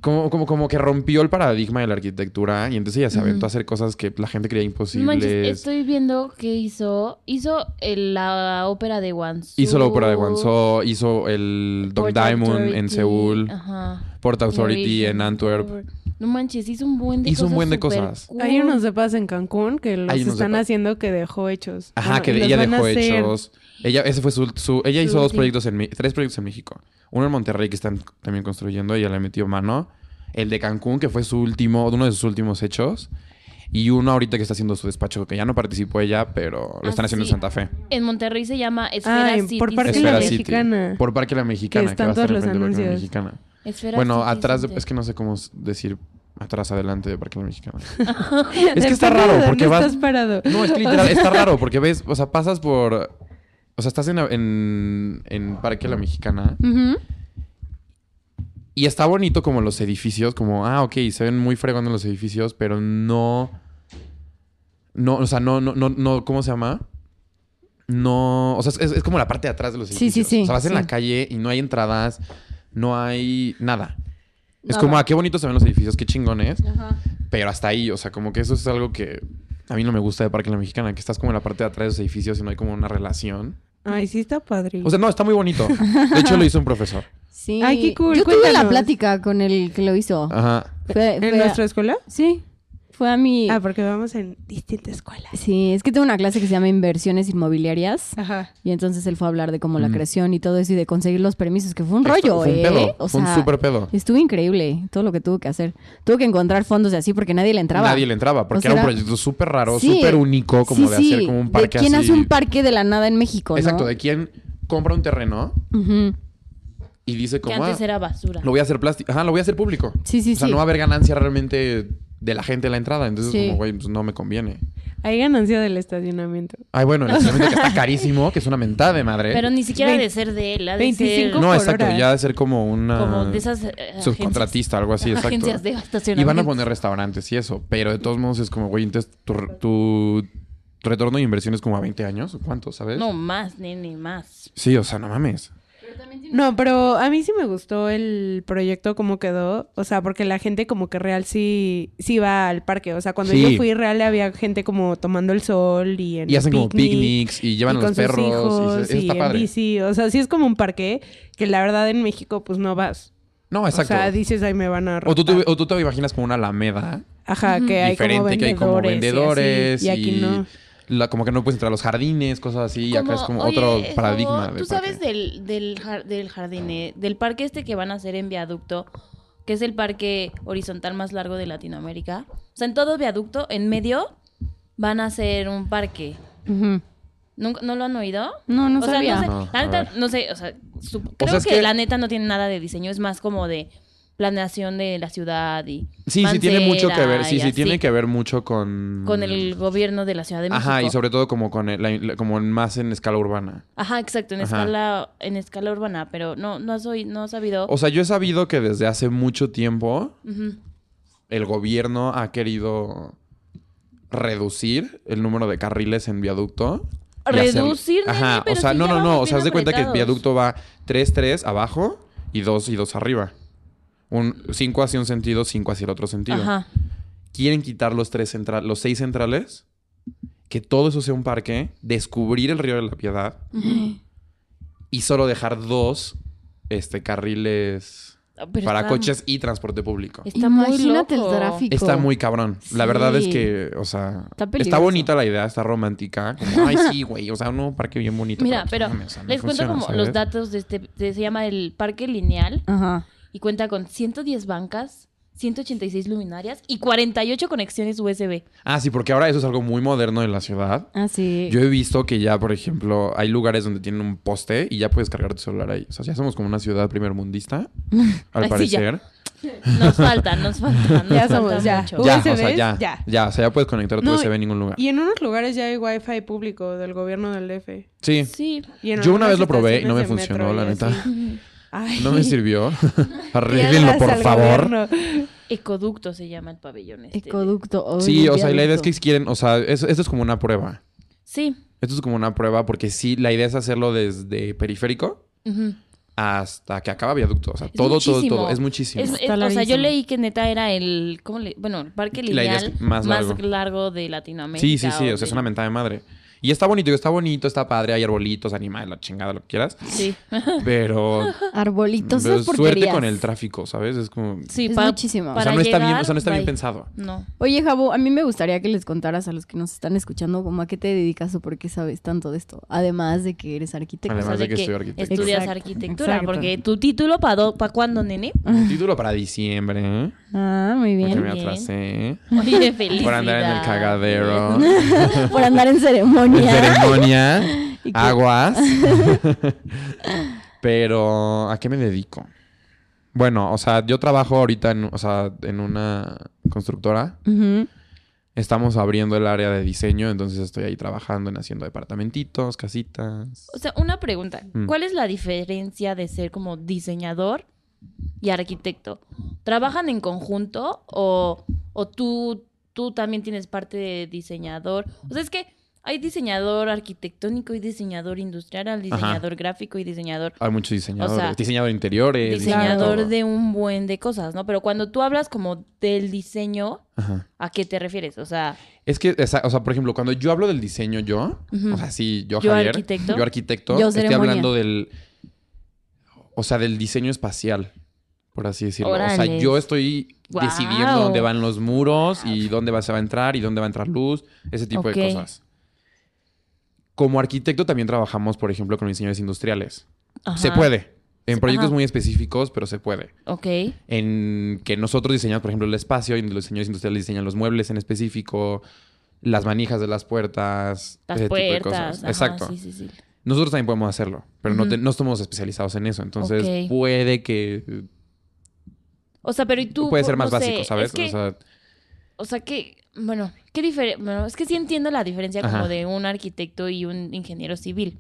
D: Como, como, como que rompió el paradigma de la arquitectura y entonces ella se aventó a hacer cosas que la gente creía
B: No
D: imposibles.
B: manches, estoy viendo que hizo. Hizo el- la ópera de Guangzhou.
D: Hizo la ópera de Guangzhou, hizo el Dog
B: Port
D: Diamond
B: Authority, ah,
D: en Seúl,
B: Ajá.
D: Port Authority
B: Norwegian
D: en Antwerp.
B: River. No manches, hizo un buen de
D: Hizo un
B: cosas
D: buen de
B: súper
D: cosas.
B: cool.
C: Hay unos depas en Cancún que los
D: Hay unos
C: están
D: depas.
C: haciendo que dejó hechos.
D: Ajá,
C: Bueno,
D: que
C: y los
D: ella
C: van a
D: dejó
C: hacer.
D: hechos. Ella, ese fue su, su- ella
B: Su
D: hizo dos
B: último.
D: proyectos en Mi- tres proyectos en México. Uno en Monterrey que están también construyendo, ella le metió mano. El de Cancún, que fue su último, uno de sus últimos hechos. Y uno ahorita que está haciendo su despacho, que ya no participó ella, pero lo están
B: Ah,
D: haciendo
B: sí.
D: en Santa Fe.
B: En Monterrey se llama Esfera
C: Ah, en-
B: City
C: por Parque
D: Esfera
C: La
D: City.
C: Mexicana.
D: Por Parque La Mexicana, que,
C: están
D: va a estar
C: todos los
D: enfrente de Parque La
C: anuncios.
D: Mexicana.
B: Esfera
D: Bueno,
B: City
D: atrás, de-
B: Center.
D: es que no sé cómo decir atrás, adelante de Parque La Mexicana.
C: Depende
D: está
C: de
D: raro,
C: dónde
D: porque vas-
C: estás parado.
D: No, es que literal, está raro porque ves, o sea, pasas por. O sea, estás en, en, en Parque La Mexicana
E: Ujú.
D: y está bonito como los edificios, como, ah, ok, se ven muy fregando los edificios, pero no. No, o sea, no, no, no, no ¿cómo se llama? No, o sea, es, es como la parte de atrás de los
E: Sí,
D: edificios.
E: sí, sí,
D: O sea, vas en
E: sí.
D: la calle y no hay entradas, no hay nada. Es
E: Nada.
D: como, ah, qué bonitos se ven los edificios, qué chingones.
E: Ajá.
D: Pero hasta ahí, o sea, como que eso es algo que a mí no me gusta de Parque La Mexicana, que estás como en la parte de atrás de los edificios y no hay como una relación.
C: Ay, sí está padre.
D: O sea, no, está muy bonito. De hecho, lo hizo un profesor.
E: Sí.
C: Ay, qué cool,
E: Yo tuve la
C: cuéntanos.
E: plática con el que lo hizo.
D: Ajá.
E: Fue,
C: ¿En
E: fue a-
C: nuestra escuela?
E: Sí, fue a mi...
C: Ah, porque vamos en distintas escuelas.
E: Sí, es que tengo una clase que se llama Inversiones Inmobiliarias.
C: Ajá.
E: Y entonces él fue a hablar de cómo la
D: Mm.
E: creación y todo eso y de conseguir los permisos, que fue un
D: Esto-
E: rollo,
D: fue un
E: ¿eh?
D: pedo,
E: O
D: fue un
E: sea,
D: súper pedo.
E: estuvo increíble todo lo que tuvo que hacer. Tuvo que encontrar fondos de así porque nadie le entraba.
D: Nadie le entraba, porque
E: O sea,
D: era un
E: era-
D: proyecto súper raro,
E: Sí.
D: súper único, como
E: Sí,
D: de
E: sí,
D: hacer como un parque
E: ¿De quién
D: así.
E: hace un parque de la nada en México, no?
D: Exacto, de quién compra un terreno
E: Ujú.
D: y dice
B: Que
D: como,
B: antes
D: ah,
B: era basura.
D: lo voy a hacer plástico. Ajá, lo voy a hacer público.
E: Sí, sí,
D: o sea,
E: sí.
D: no va a haber ganancia realmente de la gente en la entrada. Entonces,
E: Sí.
D: como, güey, pues no me conviene.
C: Hay ganancia del estacionamiento.
D: Ay, bueno, el estacionamiento que está carísimo, que es una mentada de madre.
B: Pero ni siquiera
C: Vein-
B: de ser de él, ha de
C: 25
B: ser
D: No,
C: por
D: exacto,
C: hora.
D: ya de ser como una
B: como de esas eh, agencias-
D: subcontratista, algo así, exacto.
B: agencias de estacionamiento.
D: y van a poner restaurantes y eso, pero de todos modos es como, güey, entonces tu, tu retorno de inversión es como a 20 años, ¿o cuánto, sabes?
B: No, más, nene, más.
D: Sí, o sea, no mames.
C: No, pero a mí sí me gustó el proyecto como quedó, o sea, porque la gente como que real sí sí va al parque, o sea, cuando
D: Sí.
C: yo fui real había gente como tomando el sol y en
D: Y hacen como
C: picnic,
D: picnics y llevan
C: y
D: a
C: con
D: los
C: sus
D: perros y,
C: hijos,
D: se- eso está
C: en
D: padre.
C: bici, o sea, sí es como un parque que la verdad en México pues no vas.
D: No, exacto.
C: O sea, dices, ahí me van a
D: O tú, te,
C: rapar".
D: o tú te imaginas como una alameda
C: Ajá, que hay como
D: diferente,
C: vendedores.
D: que hay como vendedores
C: y,
D: y,
C: así, y aquí no.
D: la- como que no puedes entrar a los jardines, cosas así, y acá es como
B: oye,
D: otro paradigma.
B: como,
D: de
B: Tú sabes
D: parque.
B: del, del, jar- del jardín, eh, del parque este que van a hacer en viaducto, que es el parque horizontal más largo de Latinoamérica. O sea, en todo viaducto, en medio, van a hacer un parque.
E: Ujú.
B: ¿Nunca- ¿No lo han oído?
E: No, no
B: o sea,
E: sabía.
B: no sé,
D: No,
B: la
D: a
B: neta,
D: ver.
B: no sé, o sea, sup- creo
D: sea, es
B: que,
D: que-
B: la neta no tiene nada de diseño, es más como de planeación de la ciudad y
D: Sí, sí, tiene mucho que ver.
B: Mancera
D: Sí,
B: y
D: sí, tiene
B: así,
D: que ver mucho con.
B: con el gobierno de la Ciudad de México.
D: Ajá, y sobre todo como con el- la- la- como en- más en escala urbana.
B: Ajá, exacto, en
D: Ajá.
B: escala en escala urbana, pero no no has oí- no has sabido.
D: O sea, yo he sabido que desde hace mucho tiempo
B: Ujú.
D: el gobierno ha querido reducir el número de carriles en viaducto. y hacer-
B: Reducir, nene,
D: Ajá,
B: pero
D: o sea,
B: si
D: no,
B: ya
D: no,
B: vamos
D: no. O sea,
B: bien
D: haz de cuenta que el
B: apretados.
D: viaducto va 3, 3 abajo y 2 y 2 arriba. Un 5 hacia un sentido, 5 hacia el otro sentido.
B: Ajá.
D: quieren quitar los tres centra- los seis centrales, que todo eso sea un parque, descubrir el río de la piedad y solo dejar dos este, carriles
B: Pero
D: para
B: está-
D: coches y transporte público.
B: Está muy
E: Imagínate
B: loco.
E: el tráfico.
D: Está muy cabrón. La
E: Sí.
D: verdad es que, o sea,
E: Está
D: está,
E: peligroso.
D: bonita la idea, está romántica. Como, ay, sí, güey, o sea, un nuevo parque bien bonito.
B: Mira,
D: pues,
B: pero
D: no mames, o sea, no
B: les cuento
D: funciona,
B: como
D: ¿sabes?
B: los datos de este de- se llama el Parque Lineal
E: Ajá.
B: y cuenta con 110 bancas, 186 luminarias y 48 conexiones USB.
D: Ah, sí, porque ahora eso es algo muy moderno en la ciudad.
E: Ah, sí.
D: Yo he visto que ya, por ejemplo, hay lugares donde tienen un poste y ya puedes cargar tu celular ahí. O sea, ya somos como una ciudad primermundista, al
B: Ay, sí, ya.
D: parecer.
B: Nos falta, nos falta, nos
C: Ya
B: falta
C: somos, ya.
B: mucho.
C: Uh,
D: ya, o sea,
C: USBs,
D: ya, ya.
C: ya.
D: o sea, ya puedes conectar tu
C: No,
D: USB en ningún lugar.
C: Y en unos lugares ya hay wifi público del gobierno del DF.
D: Sí.
B: Sí.
C: Y en
D: Yo una
C: algunas
D: vez lo probé y no me
C: estaciones de
D: funcionó,
C: metro
D: la
C: y
D: neta.
C: así. Ay.
D: No me sirvió.
C: Piedras
D: Arreglenlo, por
C: al
D: favor.
C: gobierno.
B: Ecoducto se llama el pabellón este.
E: Ecoducto. oh,
D: Sí, o sea, y la idea es
E: viaducto.
D: que quieren, o sea, es- esto es como una prueba.
B: Sí.
D: Esto es como una prueba porque sí, la idea es hacerlo desde periférico
B: Ujú.
D: hasta que acaba viaducto. O sea,
B: Es
D: todo, todo,
B: muchísimo.
D: todo. Es muchísimo.
B: Es- es-
C: Está
B: o sea, yo
C: larguísimo.
B: leí que neta era el, ¿cómo le, bueno, el parque
D: La idea
B: lineal
D: es que
B: más,
D: más
B: largo.
D: largo.
B: de Latinoamérica.
D: Sí, sí, sí. O
B: de-
D: sea, es una mentada de madre. Y está bonito, digo, está bonito, está padre, hay arbolitos, animales, la chingada, lo que quieras.
B: Sí.
D: Pero,
E: Arbolitos,
D: pero
E: esas
D: suerte
E: porquerías.
D: con el tráfico, ¿sabes? Es como...
B: Sí,
E: Es
B: pa-
E: muchísimo.
D: o sea,
B: para
D: no está, bien,
B: llegar,
D: o sea, no está bien
B: bye.
D: pensado.
B: No.
E: Oye, Jabo, a mí me gustaría que les contaras a los que nos están escuchando como a qué te dedicas o por qué sabes tanto de esto. Además de que eres arquitecto.
D: Además
B: o sea,
D: de
B: de
D: que
B: que
D: estudio arquitectura.
B: estudias
E: Exacto,
B: arquitectura,
E: exacto.
B: porque tu título para pa cuándo, nene?
D: Un título para diciembre, ¿eh?
E: Ah, muy
D: Porque
E: bien.
D: me
B: bien.
D: atrasé. ¿eh?
B: Oye, feliz.
D: Por andar en el cagadero.
E: por andar en
D: En Ah,
E: ceremonia.
D: ceremonia.
E: ¿Y qué?
D: aguas. Pero, ¿a qué me dedico? Bueno, o sea, yo trabajo ahorita en, o sea, en una constructora.
E: Ujú.
D: Estamos abriendo el área de diseño, entonces estoy ahí trabajando en haciendo departamentitos, casitas.
B: O sea, una pregunta.
D: Mm.
B: ¿Cuál es la diferencia de ser como diseñador y arquitecto? ¿Trabajan en conjunto o, o tú, tú también tienes parte de diseñador? O sea, es que hay diseñador arquitectónico y diseñador industrial, hay diseñador gráfico y diseñador...
D: Hay muchos diseñadores.
B: O sea,
D: diseñador de interiores.
B: Diseñador
D: todo.
B: de un buen de cosas, ¿no? Pero cuando tú hablas como del diseño,
D: Ajá.
B: ¿a qué te refieres? O sea,
D: Es que, esa- o sea, por ejemplo, cuando yo hablo del diseño yo,
B: Ujú.
D: o sea, sí, yo,
B: Yo
D: Javier,
B: arquitecto.
D: yo arquitecto,
E: Yo
D: estoy
E: ceremonia.
D: hablando del, o sea, del diseño espacial, por así decirlo. O sea,
B: Órales.
D: yo estoy
B: Guau.
D: decidiendo dónde van los muros y dónde va, se va a entrar y dónde va a entrar luz, ese tipo
B: Ok.
D: de cosas. Como arquitecto también trabajamos, por ejemplo, con diseñadores industriales. Se
B: ajá,
D: puede. En
B: Sí,
D: proyectos
B: ajá.
D: muy específicos, pero se puede
B: Ok.
D: en que nosotros diseñamos, por ejemplo, el espacio y los diseñadores industriales diseñan los muebles en específico, las manijas de las puertas,
B: Las
D: ese tipo de
B: puertas.
D: cosas.
B: ajá,
D: Exacto.
B: Sí, sí, sí.
D: Nosotros también podemos hacerlo, pero no,
B: Ujú.
D: te- no somos especializados en eso. Entonces,
B: Ok.
D: puede que
B: O sea, pero ¿y tú?
D: puede ser
B: No
D: más
B: sé,
D: básico,
B: es
D: ¿sabes?
B: que-
D: O sea,
B: O sea que, bueno, qué diferencia. Bueno, es que sí entiendo la diferencia
D: Ajá.
B: como de un arquitecto y un ingeniero civil.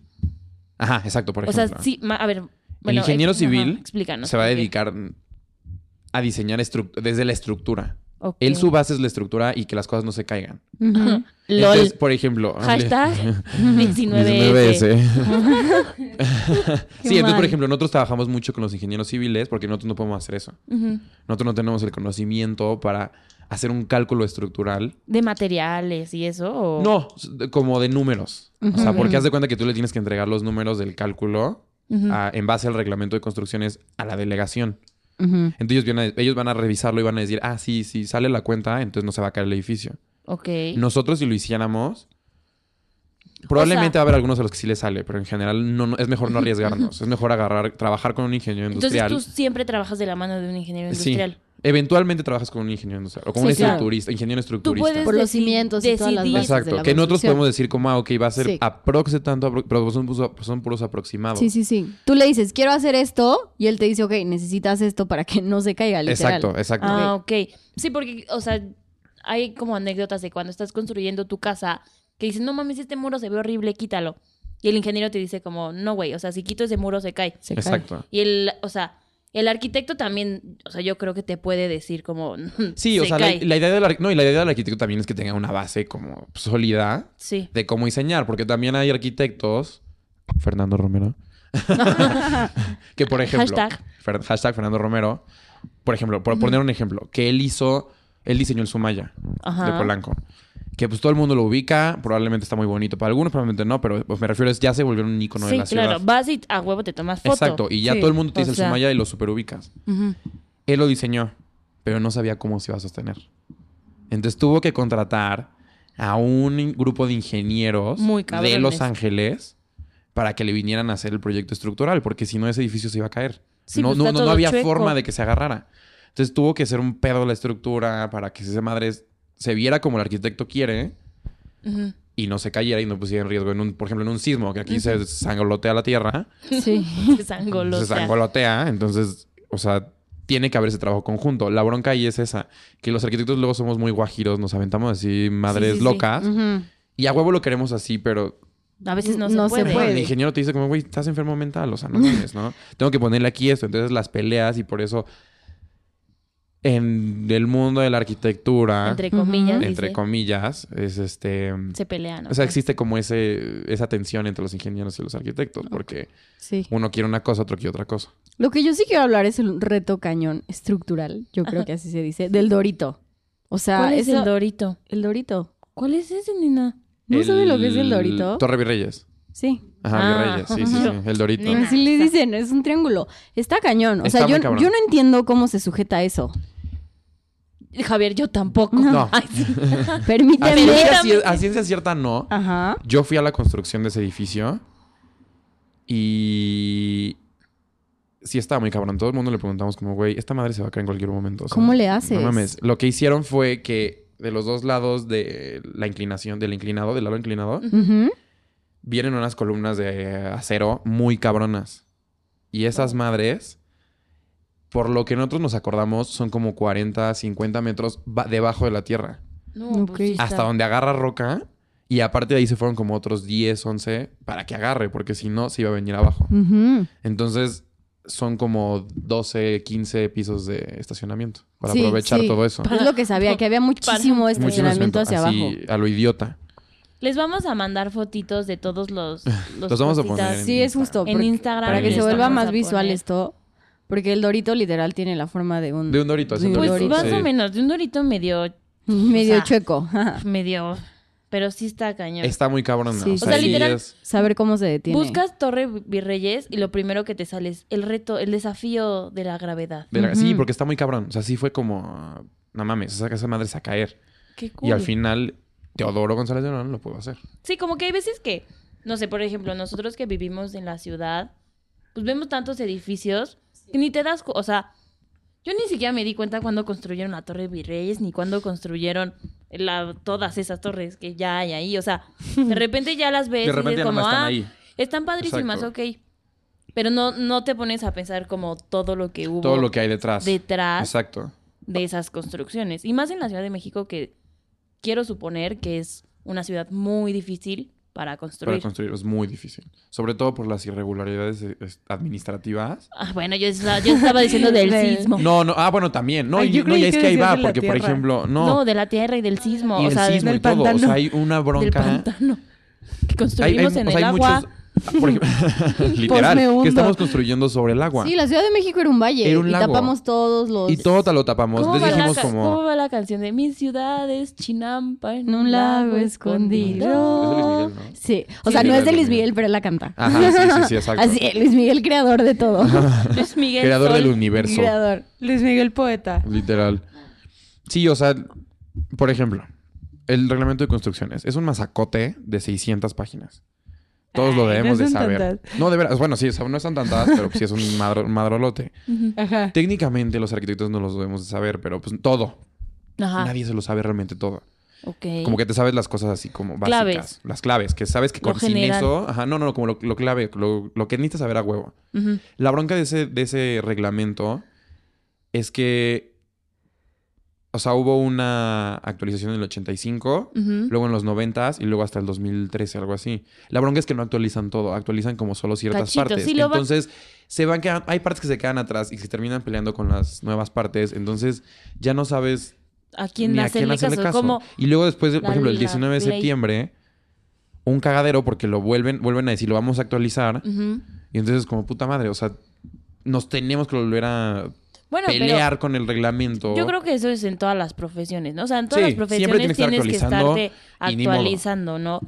D: ajá, exacto, por
B: o
D: ejemplo.
B: sea, sí, ma- a ver.
D: El
B: bueno,
D: ingeniero
B: ex-
D: civil
B: ajá, explícanos,
D: se va a
B: porque-
D: dedicar a diseñar estru- desde la estructura.
B: Ok.
D: Él su base es la estructura y que las cosas no se caigan.
E: Ujú.
B: LOL.
D: Entonces, por ejemplo,
B: Hashtag 19S.
D: 19S.
E: Qué
D: sí, entonces,
E: mal.
D: por ejemplo, nosotros trabajamos mucho con los ingenieros civiles porque nosotros no podemos hacer eso.
B: Ujú.
D: Nosotros no tenemos el conocimiento para hacer un cálculo estructural.
B: De materiales y eso. ¿o?
D: No, s- como de números. O sea,
E: Oh. Ujú.
D: porque haz de cuenta que tú le tienes que entregar los números del cálculo
B: Ujú.
D: a- en base al reglamento de construcciones a la delegación.
E: Ujú.
D: Entonces ellos, vienen a- ellos van a revisarlo y van a decir, ah, sí, sí, sale la cuenta, entonces no se va a caer el edificio.
B: Ok.
D: Nosotros si lo hiciéramos, probablemente va a haber algunos a los que sí les sale, pero en general no, no- es mejor no arriesgarnos. es mejor agarrar, trabajar con un ingeniero
B: Entonces
D: industrial. Eh,
B: tú siempre trabajas de la mano de un ingeniero
D: Sí.
B: industrial.
D: Eventualmente trabajas con un ingeniero industrial o con
E: Sí,
D: un
E: claro.
D: estructurista, ingeniero
B: Tú
D: estructurista.
B: puedes
E: Por los
B: deci-
E: cimientos y todas las
B: decidir-
E: bases. de
D: Exacto,
E: la
D: que nosotros
E: construcción.
D: podemos decir como, ah, ok, va a ser
E: Sí.
D: aproxe tanto, apro- pero son, puros- son puros aproximados.
E: Sí, sí, sí. Tú le dices, quiero hacer esto, y él te dice, ok, necesitas esto para que no se caiga, literal.
D: exacto, exacto.
B: Ah, ok. Sí, porque, o sea, hay como anécdotas de cuando estás construyendo tu casa que dicen, no mames, este muro se ve horrible, quítalo. Y el ingeniero te dice como, no, güey, o sea, si quito ese muro se cae.
E: Se cae.
D: Exacto.
B: Y el, o sea, el arquitecto también, o sea, yo creo que te puede decir como,
D: Sí, o
B: "Se
D: sea, la,
B: cae".
D: la idea del, ar- no, y la idea del arquitecto también es que tenga una base como sólida
B: Sí.
D: de cómo diseñar, porque también hay arquitectos, Fernando Romero, que por ejemplo,
B: Hashtag.
D: Fer- hashtag Fernando Romero, por ejemplo, por poner un ejemplo, que él hizo, él diseñó el Sumaya de
B: Ajá.
D: Polanco, que pues todo el mundo lo ubica, probablemente está muy bonito, para algunos probablemente no, pero pues, me refiero es ya se volvió un icono de
B: sí,
D: la ciudad.
B: claro. Vas y a huevo te tomas foto.
D: Exacto, y ya
E: Sí.
D: todo el mundo te
B: O
D: dice
B: sea.
D: el Sumaya y lo superubicas.
B: Ujú.
D: Él lo diseñó, pero no sabía cómo se iba a sostener. Entonces tuvo que contratar a un in- grupo de ingenieros
B: Muy cabrones.
D: de Los Ángeles para que le vinieran a hacer el proyecto estructural, porque si no ese edificio se iba a caer.
B: Sí,
D: no,
B: pues,
D: no-
B: está
D: no- no
B: todo
D: había
B: chueco.
D: forma de que se agarrara. Entonces tuvo que hacer un pedo la estructura para que esa madre se viera como el arquitecto quiere
B: Ujú.
D: y no se cayera y no pusiera en riesgo, en un, por ejemplo, en un sismo, que aquí se sangolotea la tierra.
E: Sí.
B: Se sangolotea.
D: Pues Se sangolotea, entonces, o sea, tiene que haber ese trabajo conjunto. La bronca ahí es esa, que los arquitectos luego somos muy guajiros, nos aventamos así madres
B: Sí, sí, sí.
D: locas
E: Ujú.
D: y a huevo lo queremos así, pero
B: A veces no,
E: No
B: se
E: se
B: puede.
E: puede.
D: el ingeniero te dice como, güey, estás enfermo mental, o sea, no mames, ¿no? Tengo que ponerle aquí esto, entonces las peleas y por eso en el mundo de la arquitectura, entre,
B: Entre comillas.
E: Ujú.
B: dice,
D: comillas, es este...
B: se pelean. ¿no?
D: O sea, existe como ese, esa tensión entre los ingenieros y los arquitectos, porque
E: Sí.
D: uno quiere una cosa, otro quiere otra cosa.
E: Lo que yo sí quiero hablar es el reto cañón estructural, yo creo que así se dice, del dorito. O sea,
B: ¿Cuál es
E: eso-
B: el dorito?
E: el dorito.
B: ¿Cuál es ese, nena?
E: ¿No sabe lo que es el dorito?
D: Torre Virreyes.
E: Sí.
D: Ajá,
B: Ah.
D: Virreyes. Sí, sí, sí. El dorito.
B: Ni-
E: Así le dicen, es un triángulo. Está cañón. O
D: Está
E: sea, yo,
D: muy cabrón.
E: yo no entiendo cómo se sujeta eso.
B: Javier, yo tampoco.
D: No.
B: Ay, sí.
D: A
E: Permíteme.
D: ciencia, cier- a ciencia cierta no.
E: Ajá.
D: Yo fui a la construcción de ese edificio y... Sí, estaba muy cabrón. Todo el mundo le preguntamos como, güey, esta madre se va a caer en cualquier momento. o sea,
E: ¿Cómo le haces?
D: No mames. Lo que hicieron fue que de los dos lados de la inclinación, del inclinado, del lado inclinado,
E: Ujú.
D: vienen unas columnas de acero muy cabronas. Y esas madres, por lo que nosotros nos acordamos, son como 40, 50 metros ba- debajo de la tierra.
B: No,
E: Ok.
B: pues sí está.
D: Hasta donde agarra roca. Y aparte de ahí se fueron como otros 10, 11 para que agarre, porque si no, se iba a venir abajo.
E: Ujú.
D: Entonces, son como 12, 15 pisos de estacionamiento para
E: Sí,
D: aprovechar
E: sí.
D: todo eso.
E: Es lo que sabía, que había muchísimo
D: Muchísimo
E: estacionamiento hacia
D: así,
E: abajo.
D: A lo idiota.
B: Les vamos a mandar fotitos de todos los. Los,
D: Los vamos a
B: cositas
D: poner en-
E: Sí, es justo.
B: En
E: porque-
B: Instagram.
E: Para que
D: en
E: se
B: les
E: vuelva
B: vamos
E: más
B: a
E: visual
B: poner.
E: esto. Porque el dorito literal tiene la forma de un...
D: De un dorito, así
E: De
D: un
E: un
B: Pues
D: dorito,
B: más
D: sí.
B: o menos, de un dorito medio.
E: Medio
B: O sea,
E: chueco.
B: medio. Pero sí está cañón.
D: Está muy cabrón.
E: Sí,
D: o
E: sí,
D: sea,
B: sí.
D: sí
B: literal-
D: es-
E: Saber cómo se detiene.
B: Buscas Torre Virreyes y lo primero que te sale es el reto, el desafío de la gravedad.
D: de la- Sí,
E: Ujú.
D: porque está muy cabrón. O sea, sí fue como... No mames, esa, esa madre se va a caer.
B: Qué cool.
D: Y al final, Teodoro González de León lo pudo hacer.
B: Sí, como que hay veces que, no sé, por ejemplo, nosotros que vivimos en la ciudad, pues vemos tantos edificios que ni te das, cu- o sea, yo ni siquiera me di cuenta cuando construyeron la Torre Virreyes ni cuando construyeron la- todas esas torres que ya hay ahí, o sea, de repente ya las ves
D: De
B: y
D: repente
B: dices
D: nada
B: como,
D: más están
B: ah,
D: ahí.
B: están padrísimas,
D: Exacto.
B: ok. Pero no, no te pones a pensar como todo lo que hubo
D: Todo lo que hay detrás.
B: detrás
D: Exacto.
B: de esas construcciones. Y más en la Ciudad de México, que quiero suponer que es una ciudad muy difícil para
D: Para
B: construir.
D: construir es muy difícil. Sobre todo por las irregularidades eh, es- administrativas.
B: Ah, bueno, yo estaba, yo estaba diciendo del
E: Del-
B: sismo. No,
D: No, no. Ah, bueno, también. No,
C: Ay,
D: y,
C: yo
D: no,
C: creí
D: y es
C: que
D: que ahí
C: decías
D: va.
C: de la
D: Porque, por
C: tierra.
D: ejemplo, no.
B: de la tierra y del sismo.
D: y
B: o
D: el
B: sea,
D: sismo y
C: del
D: todo. O sea,
C: pantano.
D: hay una
B: del
D: bronca... ¿eh?
B: pantano. Que
D: Hay- hay-
B: construimos en
D: o sea,
B: el
D: hay
B: agua.
D: muchos- ah, por ejemplo,
C: Pues
D: literal,
C: me hundo.
D: que estamos construyendo sobre el agua.
E: Sí, la Ciudad de México era un valle.
D: Era un
E: y
D: lago.
E: tapamos todos los...
D: Y todo te lo tapamos.
B: ¿Cómo
D: Les
B: va, la,
D: dijimos
B: ca-
D: como...
B: cómo va la canción de Mis ciudades, Chinampa, en
E: En un lago escondido.
D: Es de Luis Miguel, ¿no?
E: Sí. O
D: Sí,
E: sea,
D: sí,
E: no
D: sí, Luis
E: es de Luis
D: Miguel.
E: Miguel, pero él la canta.
D: Ajá, sí, sí, sí, exacto.
E: Así, Luis Miguel, creador de todo.
B: Luis Miguel
D: Creador
B: Sol.
D: del universo.
E: creador.
C: Luis Miguel Poeta.
D: Literal. Sí, o sea, por ejemplo, el reglamento de construcciones es un masacote de 600 páginas. Todos lo
C: Ay,
D: debemos
C: no
D: de
C: son
D: saber.
C: tantas.
D: No, de veras. Bueno, sí, o sea, no están tantas, pero sí es un, madro- un madrolote.
C: Ajá.
D: Técnicamente los arquitectos no los debemos de saber, pero pues todo.
B: Ajá.
D: Nadie se lo sabe realmente todo.
B: Ok.
D: Como que te sabes las cosas así como básicas.
B: Claves.
D: Las claves, que sabes que
B: Lo
D: con sin
B: general.
D: eso... Ajá, no, no, no, como lo, lo clave, lo, lo que necesitas saber a huevo.
B: Ujú.
D: La bronca de ese, de ese reglamento es que, o sea, hubo una actualización en el 85,
B: Ujú.
D: luego en los 90 y luego hasta el 2013, algo así. La bronca es que no actualizan todo, actualizan como solo ciertas
B: Cachitos,
D: partes.
B: sí, lo van-
D: entonces, se van quedando, hay partes que se quedan atrás y se terminan peleando con las nuevas partes, entonces ya no sabes
B: ¿A quién
D: ni a
B: hacerle
D: quién hacerle
B: caso?
D: caso.
B: ¿Cómo?
D: Y luego después, de- por
B: la-
D: ejemplo, el
B: la
D: 19 de
B: ley.
D: septiembre, un cagadero porque lo vuelven, vuelven a decir, lo vamos a actualizar.
B: Ujú.
D: Y entonces como puta madre, o sea, nos tenemos que volver a
B: Bueno, pero...
D: pelear con el reglamento.
B: Yo creo que eso es en todas las profesiones, ¿no? O sea, en todas
D: Sí,
B: las
D: siempre
B: profesiones
D: tienes que
B: tienes
D: estar
B: que
D: actualizando
B: estarte
D: y ni modo.
B: actualizando, ¿no?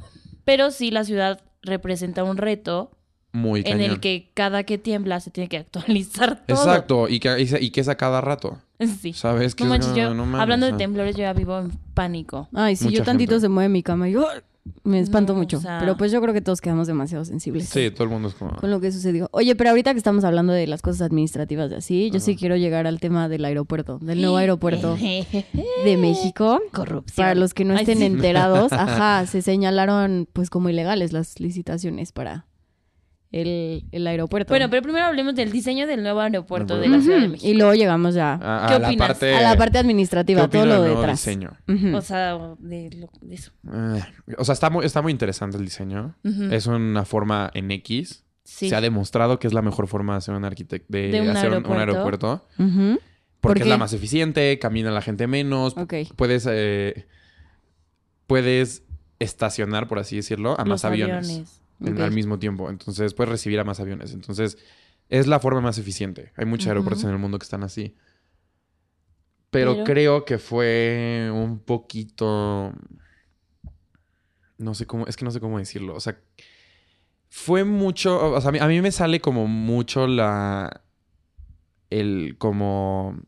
B: Pero sí la ciudad representa un reto
D: muy
B: en
D: cañón.
B: el que cada que tiembla se tiene que actualizar todo.
D: Exacto, y que, y se- y que es a cada rato.
B: Sí.
D: ¿Sabes? Que
B: No
D: es
B: manches,
D: como,
B: yo,
D: no mames,
B: hablando de
D: o sea.
B: temblores, yo ya vivo en pánico.
E: Ay, si
D: Mucha
E: yo tantito
D: gente.
E: se mueve mi cama, yo ¡ah! me espanto
B: No,
E: mucho.
B: o sea-
E: Pero pues yo creo que todos quedamos demasiado sensibles.
D: Sí, todo el mundo es como...
E: Con lo que sucedió. Oye, pero ahorita que estamos hablando de las cosas administrativas y así, yo sí
D: Ajá.
E: quiero llegar al tema del aeropuerto, del nuevo aeropuerto
D: Eh.
E: de México.
B: Corrupción.
E: Para los que no
B: Ay,
E: estén
B: sí.
E: enterados, ajá, se señalaron pues como ilegales las licitaciones para el, el aeropuerto.
B: Bueno, pero primero hablemos del diseño del nuevo aeropuerto
D: Ujú.
B: de la Ciudad de
E: Ujú,
B: México.
E: Y luego llegamos ya
D: A, a
B: ¿Qué
D: la
B: opinas?
D: parte,
E: a la parte
D: Ah, ¿qué
E: administrativa, todo
D: opino
E: lo
D: del nuevo
E: detrás.
D: diseño?
E: Ujú.
B: O sea, o de, lo- de eso.
D: Ah, O sea, está muy, está muy interesante el diseño.
B: Ujú.
D: Es una forma en X.
B: Mm. Sí.
D: Se ha demostrado que es la mejor forma de hacer un arquitecto de,
B: De un
D: hacer un
B: aeropuerto.
D: aeropuerto.
E: Ujú.
D: Porque
E: ¿Por
D: es la
E: qué?
D: más eficiente, camina la gente menos,
E: Ok.
D: puedes eh, puedes estacionar, por así decirlo, a más
B: Los
D: aviones, en-
E: Ok.
D: al mismo tiempo. Entonces puedes recibir a más aviones. Entonces es la forma más eficiente. Hay muchos
E: Ujú.
D: aeropuertos en el mundo que están así. Pero,
B: Pero-
D: creo que fue un poquito No sé cómo, es que no sé cómo decirlo. O sea, fue mucho, o sea, a mí, a mí me sale como mucho la, el, como,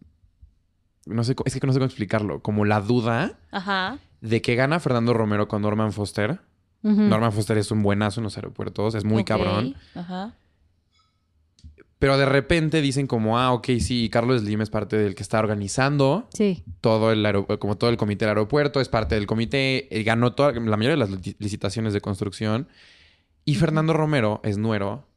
D: no sé, co- es que no sé cómo explicarlo, como la duda
B: Ajá.
D: de que gana Fernando Romero con Norman Foster.
E: Mm.
D: Norman Foster es un buenazo en los aeropuertos, es muy
B: Ok,
D: cabrón.
B: Ajá.
D: Pero de repente dicen como, ah, ok, sí, Carlos Slim es parte del que está organizando
E: Sí.
D: todo el aero- como todo el comité del aeropuerto, es parte del comité, eh, ganó toda, la mayoría de las lici- licitaciones de construcción. Y Fernando Romero es nuero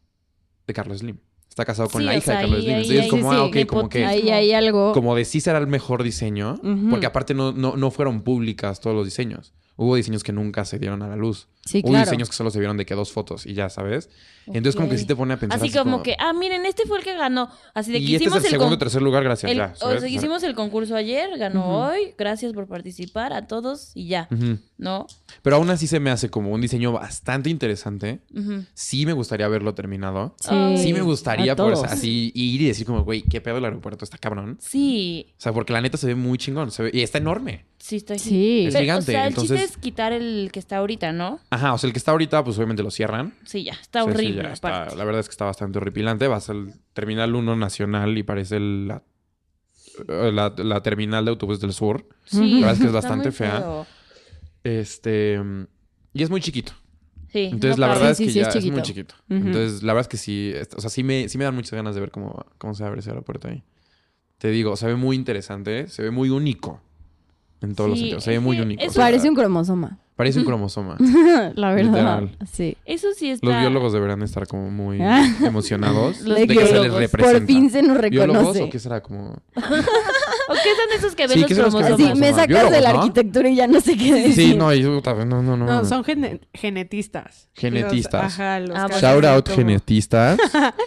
D: de Carlos Slim. Está casado con
B: Sí,
D: la
B: o
D: hija
B: sea,
D: de Carlos
B: ahí-
D: Slim.
B: ahí-
D: Entonces,
E: ahí
D: como,
E: sí,
D: ah, ok, como que...
E: Ahí hay algo.
D: Como de sí será el mejor diseño,
E: Ujú.
D: porque aparte no, no, no fueron públicas todos los diseños. Hubo diseños que nunca se dieron a la luz.
E: sí,
D: Hubo
E: claro.
D: diseños que solo se vieron de que dos fotos y ya, ¿sabes? Entonces, como que
B: Ok.
D: sí te pone a pensar.
B: Así como que, ah, miren, este fue el que ganó. Así de que
D: Y este es
B: hicimos
D: el segundo o
B: con-
D: tercer lugar, gracias.
B: el-
D: ya,
B: o
D: ¿sabes?
B: sea,
D: O sea,
B: hicimos el concurso ayer, ganó
E: Ujú.
B: hoy. Gracias por participar a todos y ya,
D: ujú.
B: ¿no?
D: Pero aún así se me hace como un diseño bastante interesante.
B: Ujú.
D: Sí me gustaría verlo terminado.
B: Ay.
D: Sí me
B: A
D: gustaría por
E: todos.
D: así ir y decir como, güey, qué pedo el aeropuerto, está cabrón.
B: Sí,
D: O sea, porque la neta se ve muy chingón. Se ve- y está enorme.
B: sí, está aquí.
E: Sí.
D: Es
B: Pero,
D: gigante,
B: O sea, el
D: entonces-
B: chiste es quitar el que está ahorita, ¿no?
D: Ajá, o sea, el que está ahorita, pues obviamente lo cierran.
B: Sí, ya, está
D: O sea, sí,
B: horrible.
D: ya está-
B: aparte.
D: la verdad es que está bastante horripilante. Vas al Terminal 1 Nacional y parece el- la, eh, la- la terminal de autobús del sur.
B: Sí,
D: la verdad es que es
B: está
D: bastante
B: muy
D: fea.
B: feo.
D: Este. mm, Y es muy chiquito.
B: Sí,
D: Entonces,
B: no
D: la
B: cabe.
D: verdad es
E: Sí,
D: que
E: sí, sí,
D: ya
E: es
D: es, muy
E: chiquito.
D: chiquito.
E: Ujú.
D: Entonces, la verdad es que sí. es- O sea, sí me, sí me dan muchas ganas de ver cómo, cómo se abre ese aeropuerto ahí. Te digo, se ve muy interesante, se ve muy único. En todos los
B: Sí,
D: sentidos. Se
B: es
D: ve muy
B: que
D: único.
B: eso-
D: o sea,
E: Parece un cromosoma.
D: parece un cromosoma.
E: la verdad.
D: Literal.
E: Sí.
B: Eso sí está.
D: Los biólogos deberán estar como muy
E: Ah.
D: emocionados
B: Los
D: de que se les
B: biólogos.
D: representa.
E: Por fin se Ah, nos
D: ¿Biólogos
E: reconoce.
D: o qué será como...?
B: ¿O qué son esos que ven
D: Sí,
B: los
D: ¿qué son los que ven
E: Sí,
B: cromosomas?
D: Somos
E: me sacas de la
D: biólogos, ¿no?
E: arquitectura y ya no sé qué
D: Sí,
E: decir.
D: no, y, puta, no, no, no.
C: No,
D: no.
C: son gene- genetistas.
D: Mm. Genetistas.
C: Los- ajá, los
B: Ah,
C: que
B: bueno.
C: hacen
D: Shout out
C: como-
D: genetistas.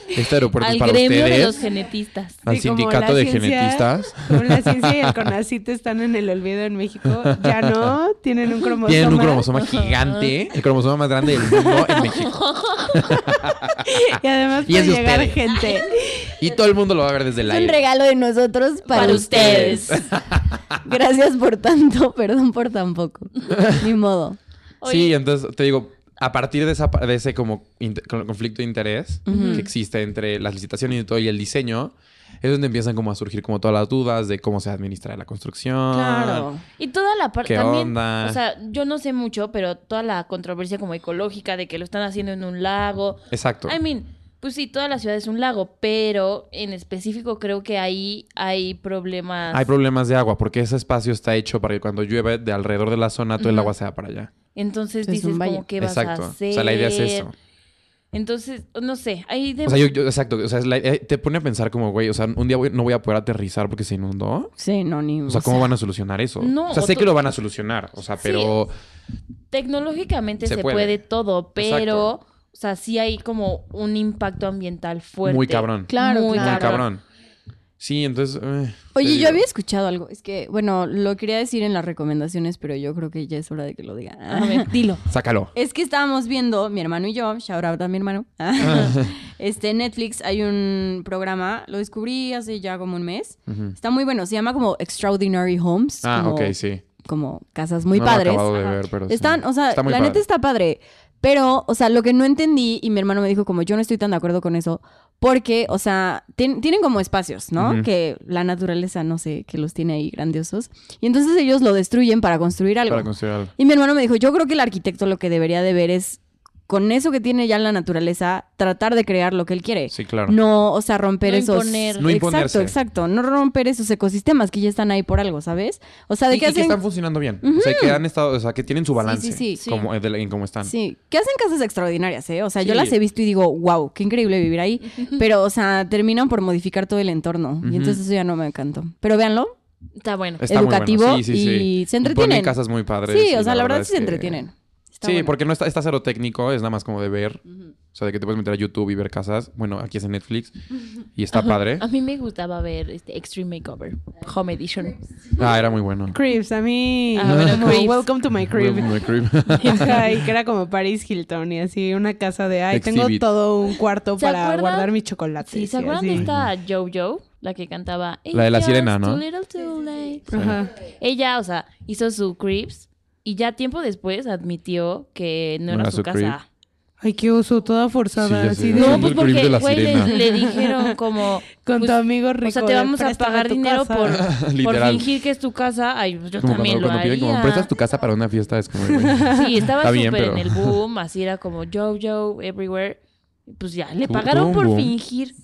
D: Este aeropuerto
B: Al
D: es para
B: gremio
D: ustedes.
B: de los genetistas.
D: al
C: Sí, como
D: sindicato
C: la
D: de
C: ciencia-
D: genetistas.
C: Como la ciencia y el CONACYT están en el olvido en México, ya no, tienen un cromosoma.
D: Tienen un cromosoma gigante, el cromosoma más grande del mundo en México.
C: Y además
D: Y es
C: puede
D: de
C: llegar
D: ustedes.
C: gente.
D: Y todo el mundo lo va a ver desde el
E: Es un
D: aire.
E: regalo de nosotros para,
B: Para
E: ustedes. Gracias por tanto, perdón por tan poco. Ni modo.
D: Sí,
B: Oye.
D: entonces te digo, a partir de, esa, pa- de ese como inter- con- conflicto de interés que existe entre las licitaciones y todo y el diseño, es donde empiezan como a surgir como todas las dudas de cómo se administra la construcción.
B: Y toda la parte
D: ¿Qué
B: también,
D: onda?
B: o sea, yo no sé mucho, pero toda la controversia como ecológica de que lo están haciendo en un lago.
D: Exacto.
B: I mean, pues sí, toda la ciudad es un lago, pero en específico creo que ahí hay problemas.
D: Hay problemas de agua porque ese espacio está hecho para que cuando llueve de alrededor de la zona todo el
B: Ujú.
D: agua se va para allá.
B: Entonces
E: Es un
B: dices
E: valle.
B: como qué vas
D: Exacto.
B: a hacer.
D: O sea, la idea es eso.
B: Entonces, no sé, ahí de...
D: O sea, yo, yo- exacto. O sea, es la- eh, te pone a pensar como, güey, o sea, un día voy- no voy a poder aterrizar porque se inundó.
E: Sí, no, ni
D: O sea, ¿cómo van a solucionar eso?
B: no,
D: o sea,
B: o
D: sé
B: tú-
D: que lo van a solucionar. O sea,
B: Sí.
D: pero
B: tecnológicamente
D: Se
B: se,
D: puede.
B: puede. todo, pero o sea, sí hay como un impacto ambiental fuerte.
D: muy cabrón.
E: Claro,
B: Muy
D: Muy
E: claro.
D: cabrón. Sí, entonces. eh, te
E: Oye, yo
D: digo.
E: había escuchado algo. Es que, bueno, lo quería decir en las recomendaciones, pero yo creo que ya es hora de que lo diga.
B: A ver, dilo.
D: Sácalo.
E: Es que estábamos viendo, mi hermano y yo, shout out a mi hermano.
D: Ah.
E: este, en Netflix hay un programa, lo descubrí hace ya como un mes.
D: Ujú.
E: Está muy bueno, se llama como Extraordinary Homes.
D: Ah,
E: como,
D: ok, sí.
E: Como casas muy
D: No lo he
E: padres.
D: acabado de ver, pero Pues sí.
E: Están, o sea,
D: Está muy
E: la neta
D: padre.
E: está padre. Pero, o sea, lo que no entendí, y mi hermano me dijo como yo no estoy tan de acuerdo con eso, porque, o sea, tien- tienen como espacios, ¿no?
D: Ujú.
E: Que la naturaleza, no sé, que los tiene ahí grandiosos. Y entonces ellos lo destruyen para construir algo.
D: Para construir algo.
E: Y mi hermano me dijo, yo creo que el arquitecto lo que debería de ver es, con eso que tiene ya la naturaleza, tratar de crear lo que él quiere.
D: Sí, claro.
E: No, o sea, romper
B: No
E: esos...
B: imponer.
D: No imponerse.
E: Exacto, exacto. No romper esos ecosistemas que ya están ahí por algo, ¿sabes? O sea, de
D: y, y
E: qué
D: que
E: hacen...
D: están funcionando bien. O sea, que han estado, o sea, que tienen su balance.
E: sí, sí.
D: Como, de la- en cómo están.
E: Sí, que hacen casas extraordinarias, ¿eh? O sea, yo
D: Sí.
E: las he visto y digo, wow, qué increíble vivir ahí. Pero, o sea, terminan por modificar todo el entorno.
D: Ujú.
E: Y entonces eso ya no me encantó. Pero véanlo,
B: Está bueno.
D: Está muy bueno.
E: educativo
D: Sí, sí, sí.
E: y se
D: ponen
E: entretienen.
D: casas muy padres.
E: sí,
D: y
E: o sea, la verdad, sí se
D: es que-
E: entretienen. Está
D: sí,
E: bueno.
D: porque no está, está cero técnico, es nada más como de ver. O sea, de que te puedes meter a YouTube y ver casas. Bueno, aquí es en Netflix. Y está padre.
B: A mí me gustaba ver este Extreme Makeover Home Edition.
D: Ah, era muy bueno.
C: Cribs, a mí.
B: Ah, bueno,
C: como,
B: Cribs.
C: Welcome to my crib.
D: Muy creep.
C: Ajá, y que era como Paris Hilton y así, una casa de, ay, tengo
D: Exhibit.
C: todo un cuarto
B: ¿Se
C: para
B: acuerdan?
C: guardar mi chocolate.
B: Sí, ¿se acuerdan de esta JoJo? La que cantaba...
D: La de la
B: "It's
D: sirena,
B: just
D: ¿no?
B: a little too late"?
C: Ajá.
B: Ella, o sea, hizo su Creeps Y ya tiempo después admitió que no,
D: No
B: era
D: era
B: su,
D: su
B: casa.
D: crib.
C: Ay, qué oso, toda forzada.
D: Sí, ya
C: así
D: sé.
C: de-
B: No, pues
D: El crib de
B: porque
D: la
B: güey, le,
D: sirena.
B: le dijeron como...
C: con
B: pues,
C: tu amigo rico.
B: o sea, te
C: de,
B: vamos a
C: "Préstame
B: pagar
C: tu
B: dinero
C: casa".
B: por, por
D: Literal.
B: fingir que es tu casa. Ay, pues yo
D: Como
B: también
D: cuando, cuando
B: lo
D: piden, como
B: haría.
D: prestas tu casa para una fiesta, es como, güey,
B: Sí, estaba súper
D: Está bien,
B: en
D: pero-
B: el boom, así era como Jojo, everywhere. Pues ya, le
D: Tuvo- tuvo
B: pagaron
D: un
B: por
D: boom.
B: fingir.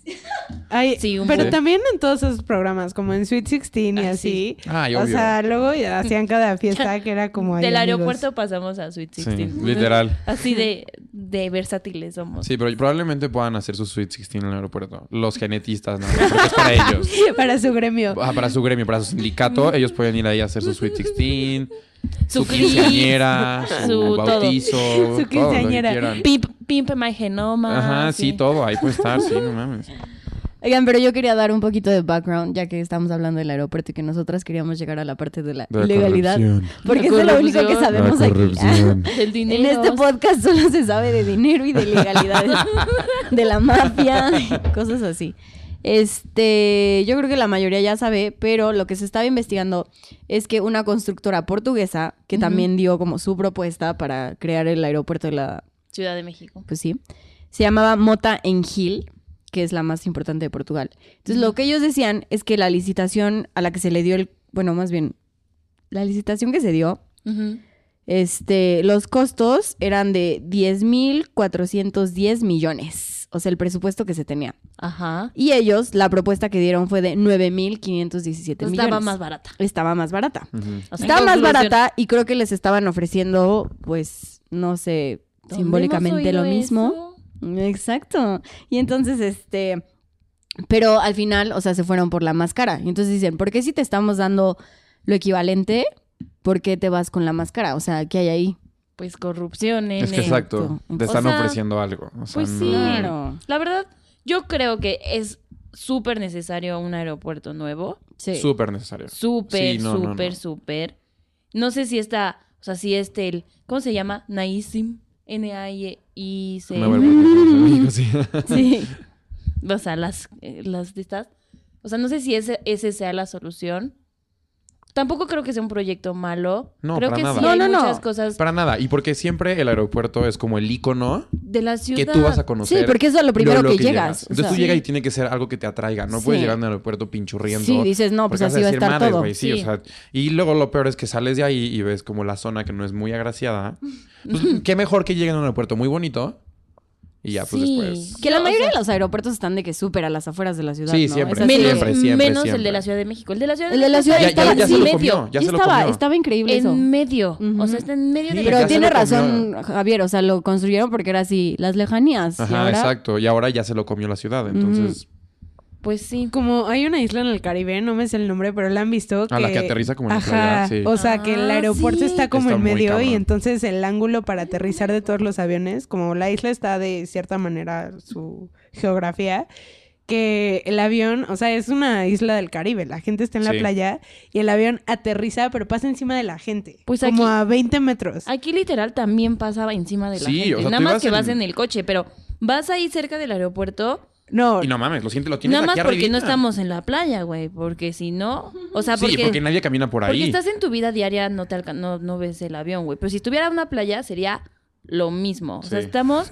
C: Ay,
B: Sí, un
C: pero
D: buen.
C: también en todos esos programas, como en Sweet 16 y
B: Ah,
C: así.
D: Ay,
C: o
D: obvio.
C: sea, luego ya hacían cada fiesta que era como... ay,
B: Del
C: amigos.
B: aeropuerto pasamos a Sweet
D: Sí,
B: 16.
D: literal.
B: Así de, de versátiles somos.
D: Sí, pero probablemente puedan hacer su Sweet 16 en el aeropuerto. Los genetistas, ¿no? Porque es para ellos.
C: Para su gremio.
D: Ah, para su gremio, para su sindicato, ellos pueden ir ahí a hacer su Sweet 16, su,
B: Mm. clip,
D: quinceañera,
B: su
D: su,
B: todo.
D: bautizo, todo lo que
C: quinceañera.
D: quieran.
B: Pimp, pimp my genoma.
D: Ajá, sí, todo, ahí puede estar, sí, no mames.
E: Oigan, pero yo quería dar un poquito de background, ya que estamos hablando del aeropuerto y que nosotras queríamos llegar a la parte de la,
D: De la
E: ilegalidad.
D: corrupción.
E: Porque
B: La
E: es de lo único que
B: corrupción.
E: sabemos
D: La
E: aquí.
D: corrupción.
B: El dinero.
E: En este podcast solo se sabe de dinero y de legalidades, de la mafia, cosas así. Este, yo creo que la mayoría ya sabe, pero lo que se estaba investigando es que una constructora portuguesa que
B: Ujú.
E: también dio como su propuesta para crear el aeropuerto de la,
B: Ciudad de México.
E: pues sí, se llamaba Mota en Gil, que es la más importante de Portugal. Entonces, lo que ellos decían es que la licitación a la que se le dio el, bueno, más bien, la licitación que se dio
B: Ujú.
E: este, los costos eran de 10.410 millones, o sea, el presupuesto que se tenía.
B: Ajá.
E: Y ellos, la propuesta que dieron fue de 9.517
B: Entonces
E: millones.
B: Pues estaba más barata.
E: Estaba más barata.
D: Ujú.
B: O sea, en
E: Estaba más
B: conclusión,
E: barata y creo que les estaban ofreciendo, pues, no sé,
B: ¿dónde
E: simbólicamente
B: hemos
E: lo
B: oído
E: mismo.
B: eso?
E: Exacto. Y entonces, este, pero al final, o sea, se fueron por la más cara. Y entonces dicen, ¿por qué si te estamos dando lo equivalente? ¿Por qué te vas con la más cara? O sea, ¿qué hay ahí?
B: Pues corrupción,
D: Es que
B: nene.
D: exacto,
E: Exacto.
D: te están
B: O sea,
D: ofreciendo algo. o sea,
B: pues
D: no-
B: sí. La verdad, yo creo que es súper necesario un aeropuerto nuevo.
E: Sí.
D: Súper necesario.
B: Súper,
D: Sí, no, no, no.
B: súper, súper. No sé si está, o sea, si este, el, ¿cómo se llama? Naisim. N-A-I-C.
E: Este,
D: No, bueno, porque- sí.
E: Sí.
B: O sea, las, eh, las de estas. O sea, no sé si ese, ese sea la solución. Tampoco creo que sea un proyecto malo.
D: No,
B: creo
D: para
B: que sí
D: nada.
E: No,
B: hay
E: no, no.
B: muchas cosas
D: Para nada. Y porque siempre el aeropuerto es como el icono
B: de la ciudad.
D: que tú vas a conocer.
E: Sí, porque eso es lo primero
D: lo
E: que, llegas. o
D: Entonces
E: sea.
D: tú llegas y tiene que ser algo que te atraiga. No
E: Sí.
D: puedes llegar a un aeropuerto pinchurriendo.
E: Sí, dices, no,
D: porque
E: pues
D: vas
E: así va a
D: decir,
E: estar
D: "Madres,
E: todo.
D: güey", sí, o
B: Sí.
D: sea, y luego lo peor es que sales de ahí y ves como la zona que no es muy agraciada. Pues, qué mejor que lleguen a un aeropuerto muy bonito y ya, pues
B: Sí.
D: después.
E: Que la
B: No, o
E: mayoría
B: sea-
E: de los aeropuertos están de que súper a las afueras de la ciudad.
D: Sí,
E: ¿no?
D: siempre,
E: Es así de-
B: menos
D: siempre, siempre,
B: menos el de
D: siempre.
B: la Ciudad de México. El de la Ciudad de,
E: El de la
B: México
E: ciudad
D: Ya,
E: está
D: ya, ya se
E: en
D: lo
E: medio.
D: comió, ya se lo
E: estaba,
D: comió.
E: estaba increíble eso.
B: en medio.
E: Ujú.
B: O sea, está en medio
D: Sí,
B: de la
E: Pero
D: ya se
E: tiene
D: lo comió.
E: razón Javier, o sea, lo construyeron porque era así, las lejanías. y
D: Ajá,
E: ahora,
D: exacto. Y ahora ya se lo comió la ciudad. Entonces,
B: Pues sí.
C: Como hay una isla en el Caribe, no me sé el nombre, pero la han visto. Que...
D: A Ah, la que aterriza como en la
C: Ajá.
D: playa, sí.
C: O sea, que el
B: Ah,
C: aeropuerto
B: sí.
C: está como
D: Está
C: en
D: muy
C: medio y
D: cabrón.
C: entonces el ángulo para aterrizar de todos los aviones, como la isla está de cierta manera su geografía, que el avión, o sea, es una isla del Caribe, la gente está en la
D: Sí.
C: playa y el avión aterriza, pero pasa encima de la gente.
B: Pues
C: como
B: aquí- Ah.
C: a 20 metros.
B: Aquí literal también pasaba encima de la
D: Sí,
B: gente.
D: o sea,
B: Nada
D: tú
B: más
D: ibas
B: que
D: en-
B: vas en el coche, pero vas ahí cerca del aeropuerto.
C: No,
D: Y no mames, lo siento, lo tienes
B: Nada más
D: aquí
B: porque no
D: arribita.
B: estamos en la playa, güey. Porque si no. O sea,
D: Sí,
B: porque.
D: porque nadie camina por
B: porque
D: ahí.
B: estás en tu vida diaria, no te alca- no, no ves el avión, güey. Pero si tuviera una playa, sería lo mismo. O sea,
D: Sí.
B: estamos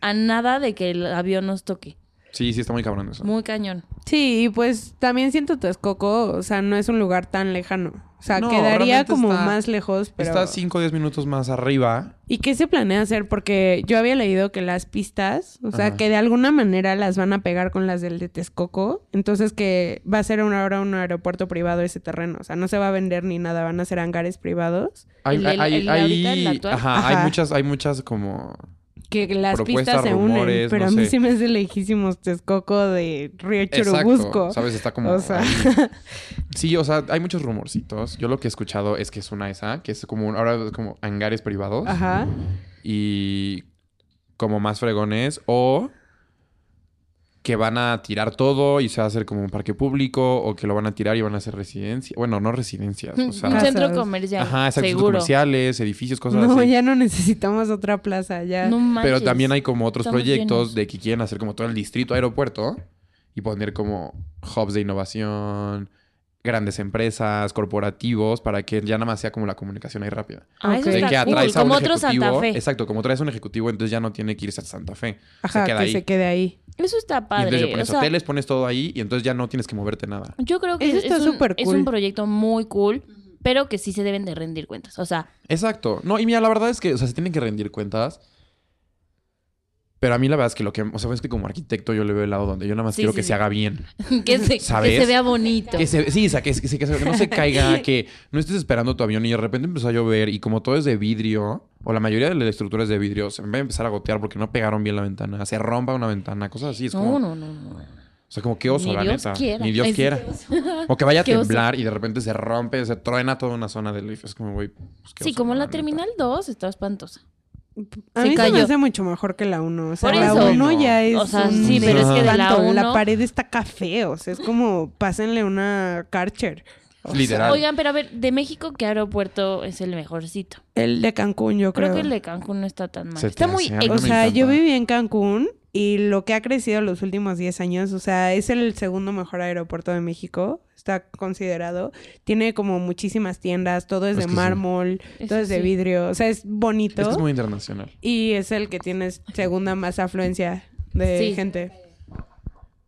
B: a nada de que el avión nos toque.
D: Sí, sí, está muy cabrón eso.
B: Muy cañón.
C: sí, y pues también siento Texcoco, o sea, no es un lugar tan lejano. O sea,
D: No,
C: quedaría
D: realmente
C: como
D: está-
C: más lejos, pero...
D: Está 5 o 10 minutos más arriba.
C: ¿Y qué se planea hacer? Porque yo había leído que las pistas, o sea,
D: Ajá.
C: que de alguna manera las van a pegar con las del de Texcoco, entonces que va a ser un- ahora un aeropuerto privado ese terreno, o sea, no se va a vender ni nada, van a ser hangares privados,
D: Hay,
B: El- el-
D: hay,
B: el
D: hay-
B: ahorita, el actual.
D: ajá,
C: Ajá.
D: hay muchas, hay muchas como
C: que las
D: Propuestas,
C: pistas se unen,
D: rumores,
C: pero a
D: no
C: mí
D: sé.
C: sí me hace lejísimos Texcoco de Río Churubusco.
D: Exacto, ¿Sabes? Está como.
C: O sea.
D: ahí. Sí, o sea, hay muchos rumorcitos. Yo lo que he escuchado es que es una esa, que es como un- ahora es como hangares privados
C: Ajá.
D: y como más fregones o que van a tirar todo y se va a hacer como un parque público o que lo van a tirar y van a hacer residencias. Bueno, no residencias, o
B: un
D: sea,
C: Casas.
B: centro comercial.
D: ajá, exacto, centros
B: seguro.
D: comerciales, edificios, cosas
C: No,
D: así.
C: ya no necesitamos otra plaza, ya.
B: No manches.
D: Pero también hay como otros
B: Estamos
D: proyectos
B: llenos.
D: de que quieren hacer como todo el distrito aeropuerto y poner como hubs de innovación, grandes empresas, corporativos, para que ya nada más sea como la comunicación ahí rápida.
B: Ah, eso
C: Ok.
D: De
B: está
D: que atraes
B: cool,
D: a un
B: como otro
D: ejecutivo.
B: Santa Fe.
D: Exacto, como traes a un ejecutivo, entonces ya no tiene que irse a Santa Fe.
C: Ajá,
D: se queda
C: que
D: ahí.
C: se quede ahí.
B: Eso está
D: Y entonces
B: padre.
D: ya
B: o
D: pones
B: sea,
D: hoteles, pones todo ahí y entonces ya no tienes que moverte nada.
B: yo creo que
C: Eso
B: es,
C: está
B: un,
C: súper
B: es
C: cool.
B: un proyecto muy cool, pero que sí se deben de rendir cuentas. O sea,
D: Exacto. No, y mira, la verdad es que, o sea, se tienen que rendir cuentas. Pero a mí la verdad es que lo que, o sea, es que como arquitecto yo le veo el lado donde yo nada más
B: Sí,
D: quiero
B: sí,
D: que
B: sí.
D: se haga bien.
B: que se, que
D: ¿Sabes?
B: se vea bonito.
D: Que se, sí, o sea, que, que se- que se- que no se caiga, que no estés esperando tu avión y de repente empezó a llover y como todo es de vidrio, o la mayoría de las estructuras de vidrio, se va a empezar a gotear porque no pegaron bien la ventana, se rompa una ventana, cosas así. Es como,
B: No, no, no, no.
D: O sea, como que oso,
B: Ni
D: la
B: Dios
D: neta.
B: quiera.
D: Ni Dios
B: Ay, sí,
D: quiera. O que vaya a
B: Qué oso.
D: temblar y de repente se rompe, se truena toda una zona del IF. Es como, güey, pues, qué
B: Sí,
D: oso,
B: como la
D: neta.
B: terminal 2 está espantosa.
C: A
E: Se
C: mí se me
E: cayó.
C: hace mucho mejor que la 1. O sea,
B: Por
C: la
B: eso.
C: 1 ya es.
B: O sea,
C: un
B: sí,
D: pero es que de la
C: espanto.
B: uno-
C: pared está café. O sea, es como pásenle una Karcher. O
D: Literal.
B: Oigan, pero a ver, de México, ¿qué aeropuerto es el mejorcito?
C: sea, el de Cancún, yo creo.
B: Creo que el de Cancún no está tan mal.
D: Se
B: está
D: te
B: muy
D: hace
B: ex-
C: O
D: algo. me
C: sea,
D: encanta.
C: yo viví en Cancún y lo que ha crecido los últimos 10 años, o sea, es el segundo mejor aeropuerto de México, está considerado. Tiene como muchísimas tiendas, todo es,
D: Es
C: de
D: que sí.
C: mármol,
B: Eso
C: todo es de
B: sí.
C: vidrio, o sea, es bonito.
D: Es que es muy internacional.
C: Y es el que tiene segunda más afluencia de
B: Sí.
C: gente.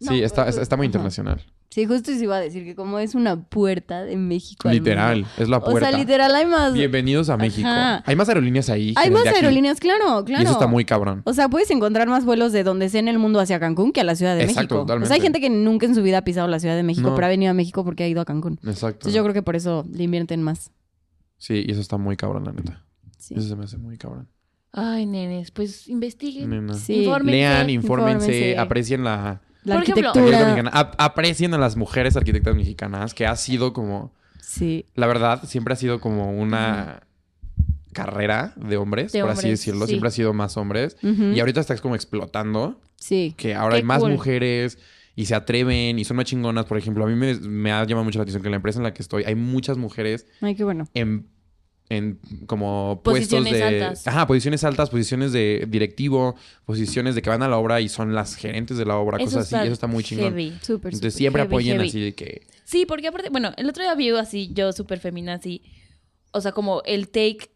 D: sí, está,
B: pues,
D: está, está muy
E: Ajá.
D: internacional.
E: Sí, justo se iba a decir que como es una puerta de México. al
D: Literal.
E: mundo.
D: Es la
E: O
D: puerta.
E: sea, literal hay más.
D: Bienvenidos a México.
E: Ajá.
D: Hay más aerolíneas ahí. que
E: Hay
D: las
E: más
D: de aquí.
E: aerolíneas, claro, claro.
D: Y eso está muy cabrón.
E: O sea, puedes encontrar más vuelos de donde sea en el mundo hacia Cancún que a la Ciudad de
D: Exacto,
E: México. O sea, hay
D: totalmente.
E: gente que nunca en su vida ha pisado la Ciudad de México,
D: No. Ah.
E: pero ha venido a México porque ha ido a Cancún.
D: Exacto.
E: Entonces yo creo que por eso le invierten más.
D: Sí, y eso está muy cabrón, la neta.
E: Sí.
D: Eso se me hace muy cabrón.
B: Ay, nenes, pues investiguen.
D: Nena.
E: Sí.
B: Infórmense.
D: Mm. Lean, infórmense,
E: infórmense.
D: aprecien la
E: La
B: Por ejemplo-
E: arquitectura.
D: arquitectura mexicana. Ap- aprecien a las mujeres arquitectas mexicanas, que ha sido como...
E: Sí.
D: La verdad, siempre ha sido como una carrera de hombres,
B: De
D: por así
B: hombres,
D: decirlo.
B: sí.
D: Siempre ha sido más hombres.
E: Ujú.
D: Y ahorita está como explotando,
E: Sí.
D: que
B: Qué
D: ahora hay más
B: cool.
D: mujeres y se atreven y son más chingonas. Por ejemplo, a mí me, me ha llamado mucho la atención que en la empresa en la que estoy hay muchas mujeres
E: Ay, qué bueno.
D: en, en como
B: Posiciones
D: puestos de...
B: altas.
D: Ajá, posiciones altas, posiciones de directivo, posiciones de que van a la obra y son las gerentes de la obra,
B: Eso
D: cosas así.
B: está
D: Eso está muy chingón.
B: heavy.
E: Súper,
D: Entonces
E: súper.
D: siempre
B: heavy,
D: apoyen
B: heavy.
D: así de que...
B: Sí, porque aparte, bueno, el otro día vi así, yo súper femina, así, o sea, como el take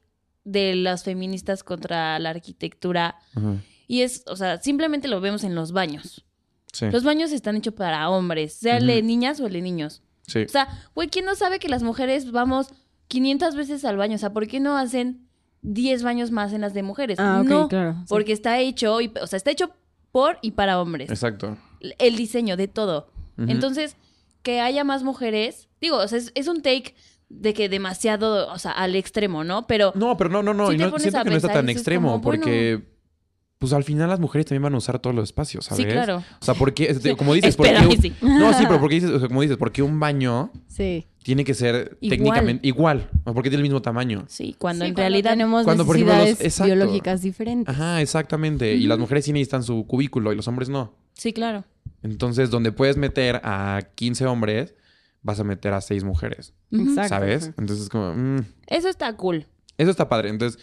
B: de las feministas contra la arquitectura.
D: Ajá,
B: Y es, o sea, simplemente lo vemos en los baños.
D: sí,
B: Los baños están hechos para hombres, sea el de
D: Ujú.
B: niñas o el de niños.
D: sí.
B: O sea, güey, ¿quién no sabe que las mujeres vamos 500 veces al baño? O sea, ¿por qué no hacen 10 baños más en las de mujeres?
E: Ah, ok,
B: no,
E: claro. sí.
B: porque está hecho, y, o sea, está hecho por y para hombres.
D: Exacto.
B: El diseño de todo.
D: Ujú.
B: Entonces, que haya más mujeres, digo, o sea, es, es un take de que demasiado, o sea, al extremo, ¿no? Pero
D: No, pero no, no, no.
B: Sí
D: y
B: te
D: no
B: pones
D: siento
B: a
D: que no está
B: pensar y
D: tan
B: dices
D: extremo,
B: como, bueno.
D: porque pues al final las mujeres también van a usar todos los espacios, ¿sabes?
B: sí, claro.
D: O sea, porque, te- como dices,
B: Espera
D: porque
B: que sí.
D: No, sí, pero porque dices, o sea, como dices, porque un baño
E: Sí.
D: tiene que ser
B: Igual.
D: técnicamente igual, o porque tiene el mismo tamaño.
B: Sí, cuando
E: Sí,
B: en realidad
E: tenemos
D: Cuando, por ejemplo, los-
E: necesidades
D: exacto.
E: biológicas diferentes.
D: Ajá, exactamente. Y las mujeres sí necesitan su cubículo y los hombres no.
B: Sí, claro.
D: Entonces, donde puedes meter a 15 hombres, vas a meter a 6 mujeres,
B: Ujú.
E: Exacto.
D: ¿sabes?
E: Ajá.
D: Entonces, es como, mm,
B: Eso está cool.
D: eso está padre. Entonces,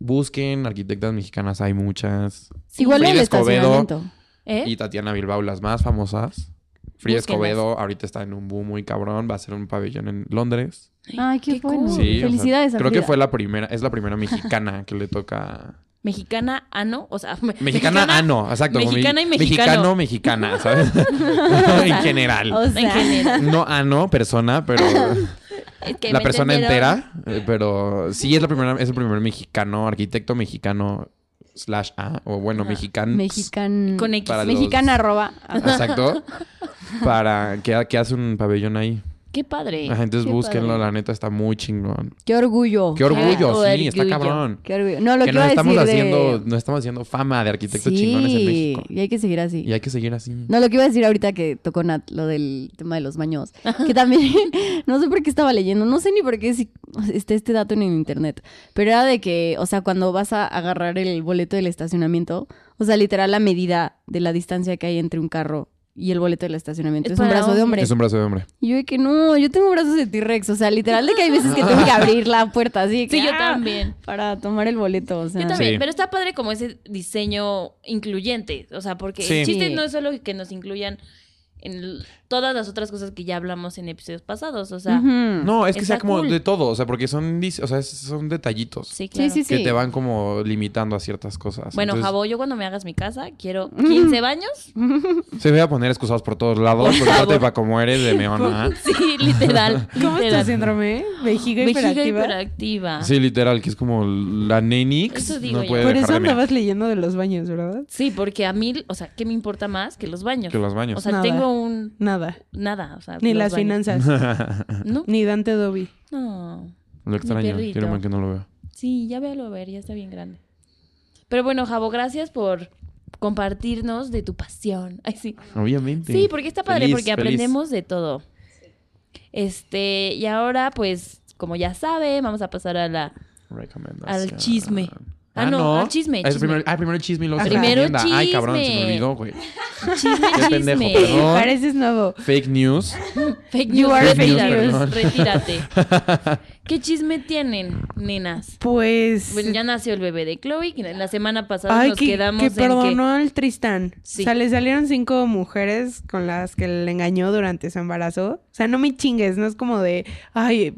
D: busquen arquitectas mexicanas, hay muchas.
E: Igual
D: Frida
E: el
D: Ah. Escobedo.
E: estacionamiento.
B: ¿Eh?
D: Y Tatiana Bilbao, las más famosas. Frida
B: Búsquenlas.
D: Escobedo ahorita está en un boom muy cabrón, va a ser un pabellón en Londres.
E: Ay,
B: Qué
E: qué, bueno.
B: cool.
D: Sí, o sea,
E: Felicidades a
D: creo que
E: Frida.
D: fue la primera, es la primera mexicana que le toca.
B: Mexicana, ano, o sea, me-
D: Mexicana, ah, no, exacto. como
B: mexicana y
D: mi-
B: mexicano.
D: Mexicano, mexicana, ¿sabes? en general.
E: O sea,
B: en general.
D: No, ah, no, persona, pero
B: Es que
D: la
B: me
D: persona
B: entendieron.
D: entera. eh, Pero sí es la primera, es el primer mexicano, arquitecto mexicano, slash A, o bueno,
B: Ajá.
D: mexicano.
E: mexican...
B: Con X.
D: Para los-
E: Mexicana arroba.
D: Exacto. Para que, que hace un pabellón ahí.
B: Qué padre.
D: Ajá, entonces
E: qué
D: búsquenlo,
E: padre.
D: la neta está muy chingón.
E: Qué orgullo.
D: Qué orgullo, sí, está
B: orgullo.
D: cabrón.
E: Qué orgullo. No, lo que,
D: que nos
E: iba a
D: estamos
E: decir de-
D: haciendo, nos estamos haciendo fama de arquitectos
E: Sí,
D: chingones en México.
E: Y hay que seguir así.
D: Y hay que seguir así.
E: No, lo que iba a decir ahorita que tocó Nat, lo del tema de los baños, que también, no sé por qué estaba leyendo, no sé ni por qué si está este dato en el internet, pero era de que, o sea, cuando vas a agarrar el boleto del estacionamiento, o sea, literal la medida de la distancia que hay entre un carro y el boleto del estacionamiento
B: Es
E: es, un
B: para
E: brazo de hombre.
D: Es un brazo de hombre.
E: Y yo de que no, yo tengo brazos de T-Rex, o sea, literal de que hay veces que tengo que abrir la puerta así. de que,
B: Sí, yo
E: ¡ah!
B: también.
E: Para tomar el boleto, o sea.
B: Yo también,
D: Sí.
B: pero está padre como ese diseño incluyente, o sea, porque
D: Sí.
B: el chiste
E: Sí.
B: no es solo que nos incluyan en l- todas las otras cosas que ya hablamos en episodios pasados. O sea,
E: Ujú.
D: No, es que
B: Está
D: sea como
B: cool.
D: de todo, o sea, porque son, dis- o sea, es- son detallitos
B: sí, claro.
E: Sí, sí, sí.
D: que te van como limitando a ciertas cosas.
B: Bueno,
D: Entonces,
B: Jabo, yo cuando me hagas mi casa quiero 15 baños.
D: Se voy a poner excusados por todos lados, porque aparte para como eres de meona.
B: Sí, literal.
C: ¿Cómo es tu
B: literal.
C: síndrome? Vejiga
B: Vejiga
C: hiperactiva.
B: hiperactiva.
D: Sí, literal, que es como la nenix.
B: Eso digo
D: no
B: yo.
D: puede
C: Por
D: dejar
C: eso
D: de mear,
C: andabas leyendo de los baños, ¿verdad?
B: Sí, porque a mí, o sea, ¿qué me importa más que los baños?
D: que los baños.
B: O sea,
C: Nada.
B: tengo un...
C: Nada.
B: Nada, o sea...
C: Ni
B: los
C: las
B: baños.
C: finanzas.
B: No,
C: ni Dante Dobby.
B: no.
D: lo extraño,
B: perrito.
D: quiero más que no lo veo.
B: Sí, ya véalo a ver, ya está bien grande. Pero bueno, Jabo, gracias por compartirnos de tu pasión. Ay, sí.
D: Obviamente.
B: Sí, porque está padre,
D: Feliz,
B: porque
D: feliz.
B: aprendemos de todo. Este, y ahora, pues, como ya sabe, vamos a pasar a la...
D: Recomendación.
B: al chisme. Ah, no, al chisme,
D: Ah, es
B: chisme.
D: Primero, ah, primero el chisme y luego
C: Ajá.
D: se
B: Primero
D: recomienda. Ay, cabrón, se me
B: chisme.
D: olvidó, güey.
B: Chisme,
D: Qué pendejo,
B: chisme.
D: perdón. No.
C: Pareces nuevo.
D: Fake news.
B: Fake
C: You
B: news,
C: are
D: fake
B: retírate,
D: news.
B: retírate. ¿Qué chisme tienen, nenas?
C: Pues.
B: Bueno, ya nació el bebé de Chloe, que la semana pasada
C: Ay,
B: nos
C: que,
B: quedamos
C: que
B: en
C: perdonó al Tristán.
B: Sí.
C: O sea, le salieron cinco mujeres con las que le engañó durante su embarazo. O sea, no me chingues, no es como de, ay, eh,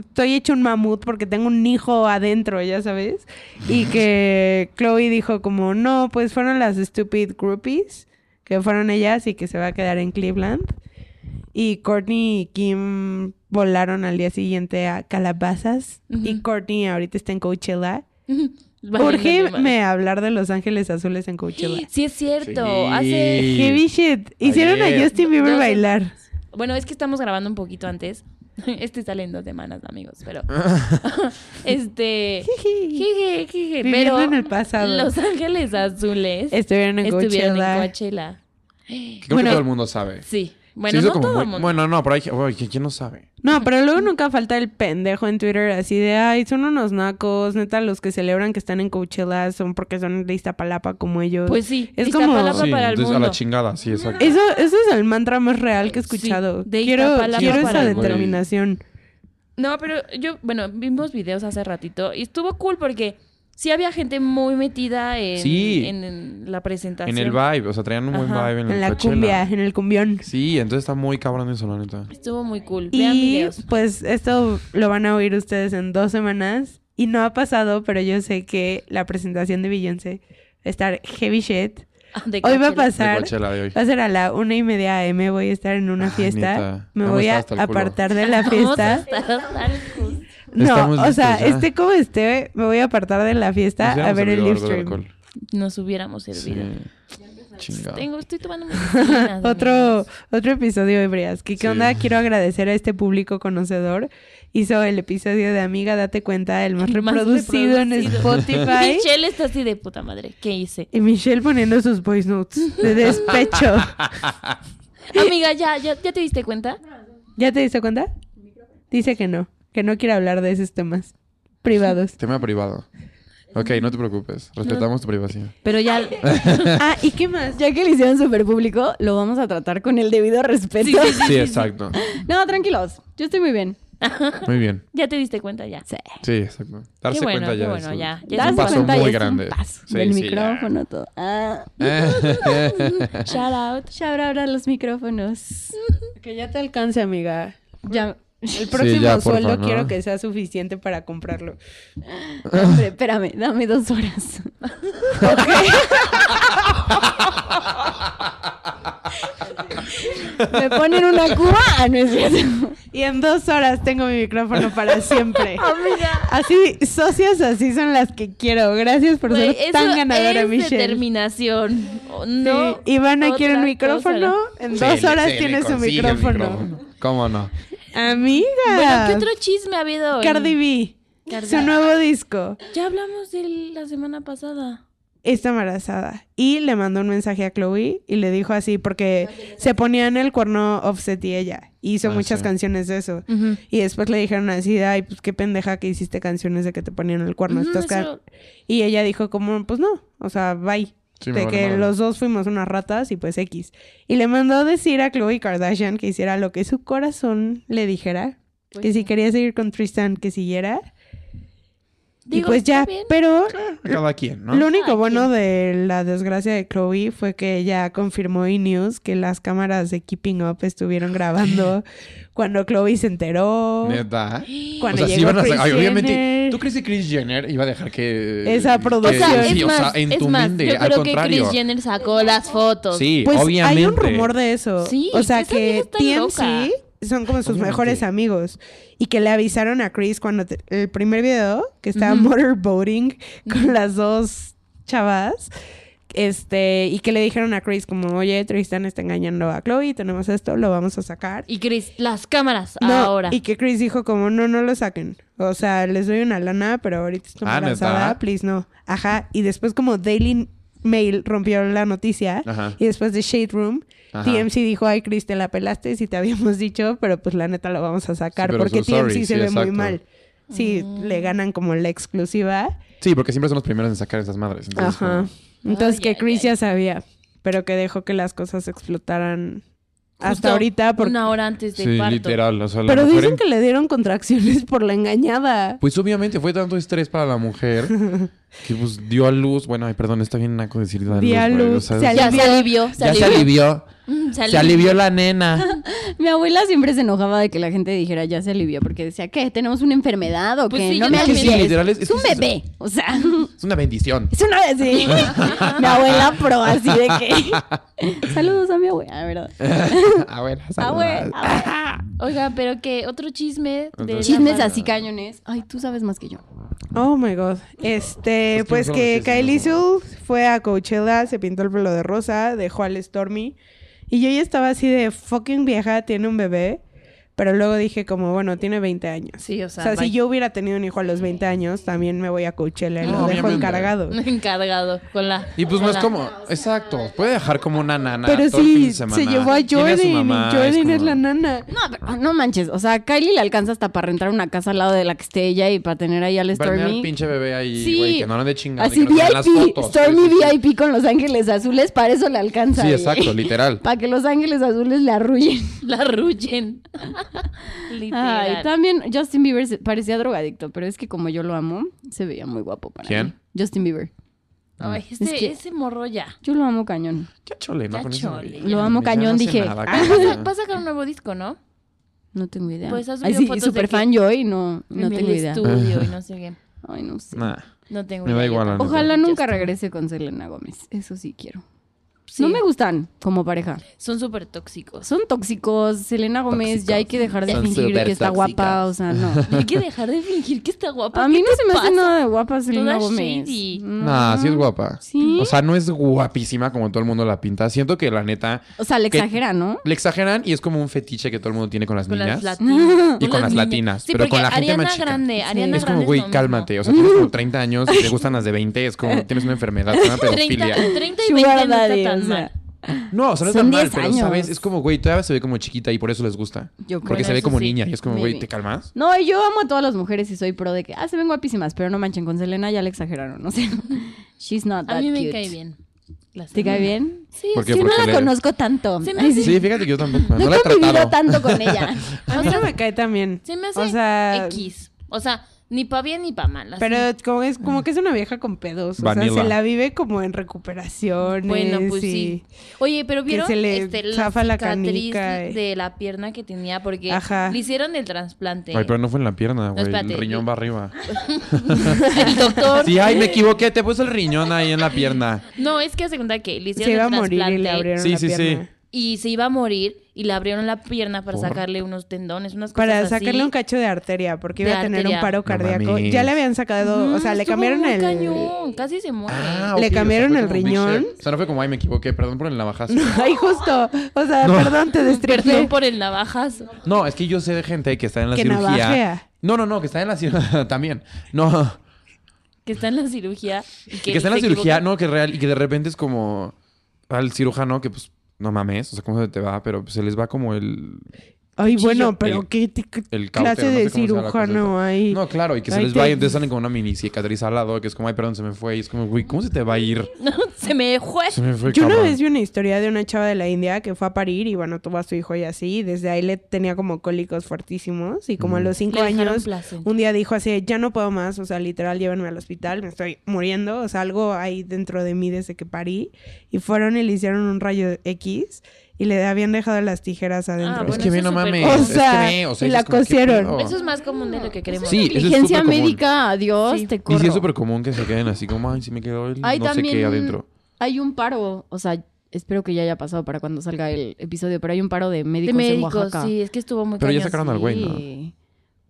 C: estoy hecho un mamut porque tengo un hijo adentro, ya sabes. Y que Chloe dijo como, no, pues fueron las stupid groupies, que fueron ellas y que se va a quedar en Cleveland. Y Courtney y Kim volaron al día siguiente a Calabazas. Y
B: Ujú.
C: Courtney ahorita está en Coachella.
B: que...
C: ¿Por qué
B: Valiendo
C: me hablar de Los Ángeles Azules en Coachella?
B: madre. Sí, es cierto.
D: Sí.
B: Hace...
C: Heavy shit. Hicieron
D: Ayer.
C: a Justin Bieber
B: No, no sé.
C: bailar.
B: Bueno, es que estamos grabando un poquito antes. Este sale en dos semanas, amigos, pero... este... Jeje, jeje,
C: Viviendo
B: pero...
C: en el pasado.
B: Los Ángeles Azules
C: Estuvieron en
B: estuvieron en
C: Coachella.
B: Coachella.
D: Que creo
C: Bueno,
D: que todo el mundo sabe.
B: Sí.
D: Se
B: Bueno,
D: hizo
B: no
D: como
B: todo el
D: muy-
B: mundo.
D: Bueno, no, pero hay, uy, ¿quién no sabe?
C: No, pero luego nunca falta el pendejo en Twitter así de, ay, son unos nacos, neta, los que celebran que están en Coachella son porque son de Iztapalapa como ellos.
B: Pues sí,
C: Es
B: es
C: como-
B: como
C: Tapa
D: Sí,
B: para el
D: entonces,
B: mundo.
D: a la chingada, sí, exacto.
C: eso, eso es el mantra más real que he escuchado.
B: Sí, de
C: quiero
B: Iztapalapa
C: quiero
B: para
C: esa
B: el
D: mundo.
C: determinación.
B: No, pero yo, bueno, vimos videos hace ratito y estuvo cool porque sí había gente muy metida en,
D: Sí.
B: en, en la presentación.
D: En el vibe, o sea, traían un buen
B: Ajá,
D: vibe en,
C: En
D: el
C: la
D: Coachella.
C: cumbia, en el cumbión.
D: Sí, entonces está muy cabrón eso, la neta.
B: Estuvo muy cool. Vean
C: Y
B: videos.
C: pues esto lo van a oír ustedes en dos semanas. Y no ha pasado, pero yo sé que la presentación de Beyoncé va a estar heavy shit.
B: de
C: Hoy va a
B: Coachella.
D: De
C: pasar.
D: Coachella de hoy.
C: Va a ser a la una y media AM. Voy a estar en una
D: Ay,
C: fiesta.
D: neta.
C: Me
D: Hemos
C: voy a
D: estado hasta el culo.
C: apartar de la
B: Vamos a
C: fiesta.
B: estar hasta el culo.
C: No,
D: Estamos
C: o sea,
D: listos ya.
C: esté como esté, me voy a apartar de la fiesta
D: Nos
C: a
D: hubiéramos
C: ver el
D: servido
C: live
D: algo
C: stream.
D: de alcohol.
B: Nos hubiéramos servido.
D: Sí. Chingado.
B: Tengo, estoy tomando medicinas,
C: Otro,
B: amigos.
C: otro episodio de Brias. ¿Qué, qué
D: Sí.
C: onda? Quiero agradecer a este público conocedor. Hizo el episodio de Amiga, date cuenta, el más
B: El más
C: reproducido en
B: reproducido.
C: Spotify.
B: Michelle está así de puta madre. ¿Qué hice?
C: Y Michelle poniendo sus voice notes de despecho.
B: Amiga, ¿ya, ya, ¿ya te diste cuenta?
C: ¿Ya te diste cuenta? Dice que no, que no quiere hablar de esos temas privados.
D: Tema privado. Ok, no te preocupes. Respetamos tu privacidad.
B: Pero ya...
C: ah, ¿y qué más?
E: Ya que lo hicieron súper público, lo vamos a tratar con el debido respeto.
D: Sí, exacto.
E: No, tranquilos. Yo estoy muy bien.
D: Muy bien.
B: ¿Ya te diste cuenta? Ya. Sí.
D: Sí, exacto. Darse
B: bueno,
D: cuenta
B: qué
D: ya.
B: bueno,
D: es un-
B: ya. Ya
D: Es
B: te
D: un
E: das
D: paso
E: cuenta, ya
D: muy
E: es un
D: grande.
E: paso
D: Sí,
E: del
D: sí, ya. Eh.
E: micrófono, todo. Ah.
B: Shout out.
E: Shout out a los micrófonos.
C: Que ya te alcance, amiga.
E: Ya.
C: El próximo
D: ya, porfa,
C: sueldo
D: ¿no?
C: quiero que sea suficiente para comprarlo.
E: Hombre, espérame, dame dos horas. Me ponen una cuba. Ah, no es cierto.
C: Y en dos horas tengo mi micrófono para siempre.
B: Ah,
C: Así, socias así son las que quiero. Gracias por
B: Güey,
C: ser
B: eso
C: tan ganadora,
B: es
C: Michelle.
B: determinación. O
C: Sí,
B: No.
C: Ivana quiere un
B: otra
C: micrófono.
B: cosa.
C: En
D: Se
C: dos
D: le-
C: horas
D: se le
C: tiene su
D: consigue el
C: micrófono.
D: micrófono. ¿Cómo no?
C: Amiga.
B: Bueno, ¿qué otro chisme ha habido? hoy?
C: Cardi B.
B: Cardi
C: Su
B: B.
C: nuevo disco.
B: Ya hablamos de la semana pasada.
C: Está embarazada. Y le mandó un mensaje a Chloe y le dijo así porque se ponían el cuerno offset y ella. Hizo
D: Ah,
C: muchas
D: sí.
C: canciones de eso. Y después le dijeron así, ay, pues qué pendeja que hiciste canciones de que te ponían el cuerno.
B: Ujú,
C: Estás ca-
B: eso-
C: Y ella dijo como, pues no, o sea, bye.
D: Sí, me
C: de
D: vale
C: que
D: madre.
C: los dos fuimos unas ratas y pues X. Y le mandó decir a Chloe Kardashian que hiciera lo que su corazón le dijera.
B: Pues
C: que si
B: sí.
C: quería seguir con Tristan, que siguiera.
B: Digo,
C: y pues ya,
B: está bien.
C: pero
D: A cada quien, ¿no?
C: lo único
B: Cada
C: bueno de la desgracia de Chloe fue que ella confirmó en news que las cámaras de Keeping Up estuvieron grabando cuando Chloe se enteró.
D: Neta. ¿eh?
C: Cuando
D: sí
C: llegó
D: iban a
C: Kris
D: sacar- ay, obviamente,
C: Jenner.
D: ¿tú crees que Chris Jenner iba a dejar que.
C: Esa
D: que-
B: O
C: producción.
B: sea,
C: Sí,
B: es
D: o sea,
B: más,
D: en
B: es
D: tu
B: más,
D: mente,
B: yo
D: al
B: creo que
D: contrario.
B: Kris Jenner sacó las fotos.
D: Sí,
C: Pues
D: obviamente.
C: hay un rumor de eso.
B: Sí,
C: o sea
B: esa vieja
C: que
B: está loca.
C: TMC son como sus
D: Obviamente.
C: mejores amigos y que le avisaron a Chris cuando te- el primer video que estaba
B: Ujú.
C: motorboating con las dos chavas. Este, y que le dijeron a Chris como, "Oye, Tristan está engañando a Chloe, tenemos esto, lo vamos a sacar."
B: Y Chris, las cámaras
C: No,
D: Ah,
B: ahora.
C: Y que Chris dijo como, no, no lo saquen. O sea, les doy una lana, pero ahorita estoy
D: Ah,
C: embarazada,
D: ¿neta?
C: please no. Ajá. Y después como Daily Mail rompió la noticia.
D: Ajá.
C: Y después de Shade Room,
D: Ajá.
C: TMC dijo, ay, Chris, te la pelaste, si te habíamos dicho, pero pues la neta lo vamos a sacar.
D: pero
C: porque
D: so sorry,
C: TMC se
D: sí,
C: ve
D: exacto.
C: muy mal. Sí,
B: Mm.
C: le ganan como la exclusiva.
D: Sí, porque siempre son los primeros en sacar esas madres. entonces,
C: Ajá.
D: como-
C: Entonces
B: Ay,
C: que
B: ay,
C: Chris
B: ay.
C: ya sabía, pero que dejó que las cosas explotaran hasta
B: Justo
C: ahorita. Porque...
B: Una hora antes del
D: Sí,
B: parto.
D: literal. O sea, la
C: Pero
D: mujer
C: dicen
D: en-
C: que le dieron contracciones por la engañada.
D: Pues obviamente fue tanto estrés para la mujer que pues dio a luz. Bueno, ay, perdón, está bien naco decir dar
C: Di a
D: luz. güey,
C: luz,
D: o sea,
C: se
D: es-
B: Ya se alivió. Se
D: ya se
B: alivió.
D: alivió.
B: Mm, se
D: Se
B: alivió.
D: alivió la nena.
E: Mi abuela siempre se enojaba de que la gente dijera ya se alivió porque decía, ¿qué? ¿Tenemos una enfermedad o
B: Pues
E: qué?
B: sí,
E: no
B: yo
E: me
B: también.
E: ayudes".
B: Sí,
D: literal, es-
E: es un
D: es que es-
E: bebé. O sea,
D: Es una bendición.
E: es una vez sí. mi abuela pro así de que. Saludos a mi abuela, la ¿verdad?
D: Abuela,
E: Abuela.
D: saludas.
E: abuela.
B: Oiga, pero que otro chisme. De
D: Otro
E: Chismes
B: la-
E: así cañones. Ay, tú sabes más que yo.
C: Oh my god. Este,
D: Pues,
C: pues
D: ¿quién
C: que
D: fue los
C: Kylie
D: que se
C: Sue fue a Coachella, se pintó el pelo de rosa, dejó al Stormy. Y yo ya estaba así de fucking vieja, tiene un bebé. Pero luego dije como, bueno, tiene 20 años.
B: Sí, o
C: o sea,
B: sea,
C: si yo hubiera tenido un hijo a los 20 años, también me voy a Coachella y lo dejo
D: Obviamente.
C: encargado.
B: encargado con la.
D: Y pues
B: con
D: no es
B: la-
D: como, exacto, puede dejar como una nana.
C: Pero
D: todo el fin de
C: sí, se
D: semana.
C: llevó a
D: Tiene
C: Jordan
D: su
C: y
D: mamá,
C: Jordan es,
D: como-
C: la nana.
E: No, pero ah, no manches. O sea, a Kylie le alcanza hasta para rentar una casa al lado de la que esté ella y para tener ahí al
D: Verme al
E: Stormy.
D: pinche bebé ahí,
E: Sí.
D: güey, que no ande chingando.
E: Así
D: y que no se vean las
E: VIP,
D: fotos.
E: Stormy
D: Sí, sí, sí.
E: VIP con Los Ángeles Azules, para eso le alcanza.
D: Sí,
E: güey.
D: exacto, literal.
E: Para que Los Ángeles Azules le arrullen.
B: La ruyen. Literal.
E: Ay, también Justin Bieber se- parecía drogadicto, pero es que como yo lo amo, se veía muy guapo para
D: ¿Quién?
E: mí. Justin Bieber.
B: Ay, ese,
E: Es que-
B: ese morro ya.
E: Yo lo amo cañón.
D: Ya chole, ¿no?
B: Ya
D: Con eso,
B: chole.
D: güey.
E: Lo amo
D: Ya
E: cañón,
D: no hace
E: dije.
D: nada,
B: Ah,
D: cabrón.
B: va a sa- va a sacar un nuevo disco, ¿no?
E: No tengo idea.
B: Pues has
E: Ay,
B: subido
E: sí,
B: fotos de
E: súper
B: que-
E: fan yo y no, no
B: en
E: tengo
B: el
E: idea.
B: estudio y no sé qué.
E: Ay, no sé.
D: Nah.
B: No tengo
D: Me da
B: idea.
D: igual, la neta.
E: Ojalá nunca
B: Justin.
E: regrese con Selena Gómez. Eso sí quiero.
B: Sí,
E: No me gustan como pareja.
B: Son súper tóxicos.
E: Son tóxicos. Selena Gómez, ya hay que dejar de
D: Son
E: fingir
D: súper
E: que está guapa. O sea, no.
B: Hay que dejar de fingir que está guapa.
E: A mí
B: ¿qué
E: no
B: te
E: se me
B: pasa?
E: hace nada de guapa Selena
B: Toda
E: Gómez. Mm.
B: shady.
E: No.
D: Nah, sí es guapa.
E: Sí.
D: O sea, no es guapísima como todo el mundo la pinta. Siento que la neta
E: O sea, le
D: que-
E: exagera, ¿no?
D: le exageran y es como un fetiche que todo el mundo tiene con las
B: Con
D: niñas.
B: las latinas.
D: Y con las
B: niñas.
D: latinas,
B: Sí,
D: pero
B: porque
D: con la gente
B: Ariana
D: más chica.
B: Grande, Ariana
D: es como,
B: Grande
D: güey,
B: lo mismo.
D: cálmate. O sea, tienes como 30 años y te gustan las de 20. Es como, tienes una enfermedad, es una
B: 30,
D: pedofilia.
B: 30 y 20
E: Sugar
B: no
E: daddy,
B: está
E: o
B: tan
E: sea.
B: mal.
D: No, o sea, no es
E: Son
D: tan mal,
E: 10
D: pero
E: años.
D: sabes, es como, güey, todavía se ve como chiquita y por eso les gusta.
E: Yo
D: Porque
E: creo.
D: se ve
B: eso
D: como
B: sí.
D: niña y es como, güey,
E: Maybe.
D: ¿te calmas?
E: No, yo amo a todas las mujeres y soy pro de que, ah, se ven guapísimas, pero no manchen, con Selena ya le exageraron, o sea, she's not that
B: A mí me
E: cute.
B: cae bien. La
E: ¿Te cae
B: Selena.
E: bien?
B: Sí,
D: ¿Por qué?
E: Yo no
D: Porque
E: la
D: le-
E: conozco tanto.
B: Se me
E: Ay,
B: hace-
D: Sí, fíjate que yo tampoco. No
E: No
D: la
E: he
D: he
E: convivido
D: tratado.
E: tanto con ella.
C: A mí no me cae también.
B: Se me hace
C: o sea,
B: X. O sea, ni pa' bien ni pa' mal. así.
C: Pero como es como que es una vieja con pedos, o
D: Mm. Vanilla.
C: sea, se la vive como en recuperaciones.
B: Bueno, pues
C: y-
B: sí. Oye, pero
C: Que
B: vieron
C: se le
B: este, la
C: zafa la
B: cicatriz
C: canica, eh.
B: de la pierna que tenía porque
C: Ajá.
B: le hicieron el trasplante.
D: Ay, pero no fue en la pierna, güey.
B: espérate.
D: el riñón va arriba.
B: El doctor.
D: Sí, ay, me equivoqué. Te puse el riñón ahí en la pierna.
B: No, es que hace cuenta que le
C: Se
B: hicieron
C: iba a
B: el
C: morir
B: trasplante
C: y le abrieron
D: Sí,
C: la
D: sí, sí.
C: pierna.
B: y se iba a morir y le abrieron la pierna para
D: Por-
B: sacarle unos tendones, unas cosas
C: Para
B: así.
C: sacarle un cacho de arteria, porque
B: De
C: iba a tener
B: arteria.
C: un paro
D: No
C: cardíaco.
D: mames.
C: ya le habían sacado,
B: Ujú,
C: o sea, le
B: estuvo
C: cambiaron
B: muy
C: el.
B: cañón, casi se muere.
D: Ah,
C: Le
D: ok, o sea,
C: cambiaron
D: fue
C: el
D: como un
C: riñón.
D: big shit. O sea, no fue como, ay, me equivoqué, perdón por el navajazo.
C: Ay, justo. O sea,
D: No.
C: perdón, te
B: Perdón
C: destripé.
B: por el navajazo.
D: No, es que yo sé de gente que está en la
C: Que
D: cirugía.
C: navajea.
D: No, no, no, que está en la cirugía también. No,
B: Que está en la cirugía. Y que,
D: que, está en la
B: se
D: cirugía,
B: equivoca.
D: no, que real, y que de repente es como al cirujano que pues no mames, o sea, cómo se te va, pero pues, se les va como el
C: Ay,
B: cuchillo.
C: bueno, pero
D: El-
C: qué t-
D: el cautero,
C: clase
D: no sé
C: de
D: cómo se llama la cosa
C: cirujano hay.
D: No, claro, y que se
C: Ay,
D: les
C: te-
D: va y entonces salen con una mini cicatriz al lado, que es como, ay, perdón, se me fue. Y es como, güey, ¿cómo se te va a ir?
B: Se me fue.
D: Se me fue,
C: Yo una
D: cabrón.
C: vez vi una historia de una chava de la India que fue a parir y bueno, tuvo a su hijo y así, y desde ahí le tenía como cólicos fuertísimos y como a
D: Mm.
C: los cinco
B: Le dejaron
C: años
B: placenta.
C: un día dijo así, ya no puedo más, o sea, literal, llévenme al hospital, me estoy muriendo, o sea, algo ahí dentro de mí desde que parí y fueron y le hicieron un rayo X y le habían dejado las tijeras adentro.
B: bueno,
D: es que
B: eso
D: ve,
B: es
D: no
B: súper
D: mames.
B: común.
D: es que
C: O sea,
D: ve,
C: y
D: dices
C: la
D: como, ¿qué
C: cosieron.
D: pedo?
B: Eso es más común de lo que creemos.
D: Sí, eso es
E: Inteligencia
D: súper común.
E: médica, adiós,
B: Sí.
E: te
D: Y
E: corro.
D: sí es súper común que se queden así como, ay, si me quedó el
E: Ay,
D: no sé qué
E: también-
D: adentro.
E: Hay un paro, o sea, espero que ya haya pasado para cuando salga el episodio, pero hay un paro de médicos,
B: de médicos,
E: en Oaxaca.
B: sí, es que estuvo muy
D: Pero ya
B: cañón.
D: sacaron al güey, ¿no?
E: Sí.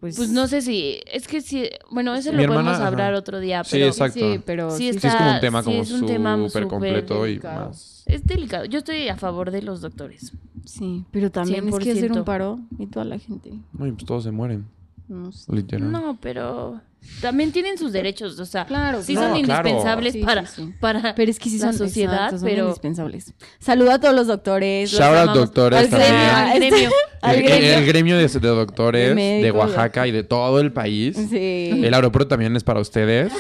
E: Pues,
B: Pues no sé si, es que sí, bueno, eso
D: Mi
B: lo
D: hermana,
B: podemos
D: ajá.
B: hablar otro día,
D: Sí,
B: pero
D: exacto.
E: Sí, pero
B: Sí
E: sí,
B: está-
D: Sí, es como un tema
B: sí,
D: como
B: es un tema
D: súper completo y
B: superdelicado.
D: más.
B: es delicado. Yo estoy a favor de los doctores.
E: sí, pero también es que
B: 100%.
E: hacer un paro y toda la gente.
D: No, y pues todos se mueren,
E: No sé.
D: literal.
B: No, pero también tienen sus derechos, o sea,
E: Claro,
B: sí
E: no,
B: son
D: claro.
B: indispensables
E: Sí,
B: para,
E: sí, sí.
B: para
E: Pero es que sí
B: la
E: son
B: sociedad,
E: exacto, son
B: pero-
E: indispensables. Saluda a todos los doctores. los
D: Shout out
E: amamos.
D: doctores
E: Al gremio,
D: también.
E: al
B: al gremio.
E: al
D: El, el-
E: gremio.
D: el gremio de, de doctores
E: De
D: de,
E: médicos,
D: Oaxaca y de todo el país.
E: Sí.
D: El aeropuerto también es para ustedes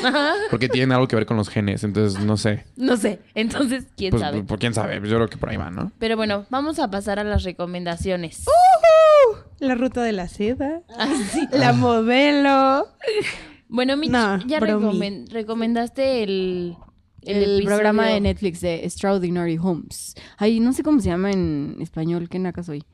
D: porque tienen algo que ver con los genes. Entonces, no sé.
B: No sé, entonces, ¿quién
D: Pues,
B: sabe?
D: por quién sabe. Yo creo que por ahí va, ¿no?
B: Pero bueno, vamos a pasar a las recomendaciones.
E: Uh,
C: La ruta de la seda, la modelo.
B: Bueno, Mitch,
C: Nah,
B: ya
C: bromi.
B: recomen- recomendaste el,
E: El, programa de
B: episodio-
E: Netflix de Extraordinary Homes. Ay, no sé cómo se llama en español. ¿Qué naca soy?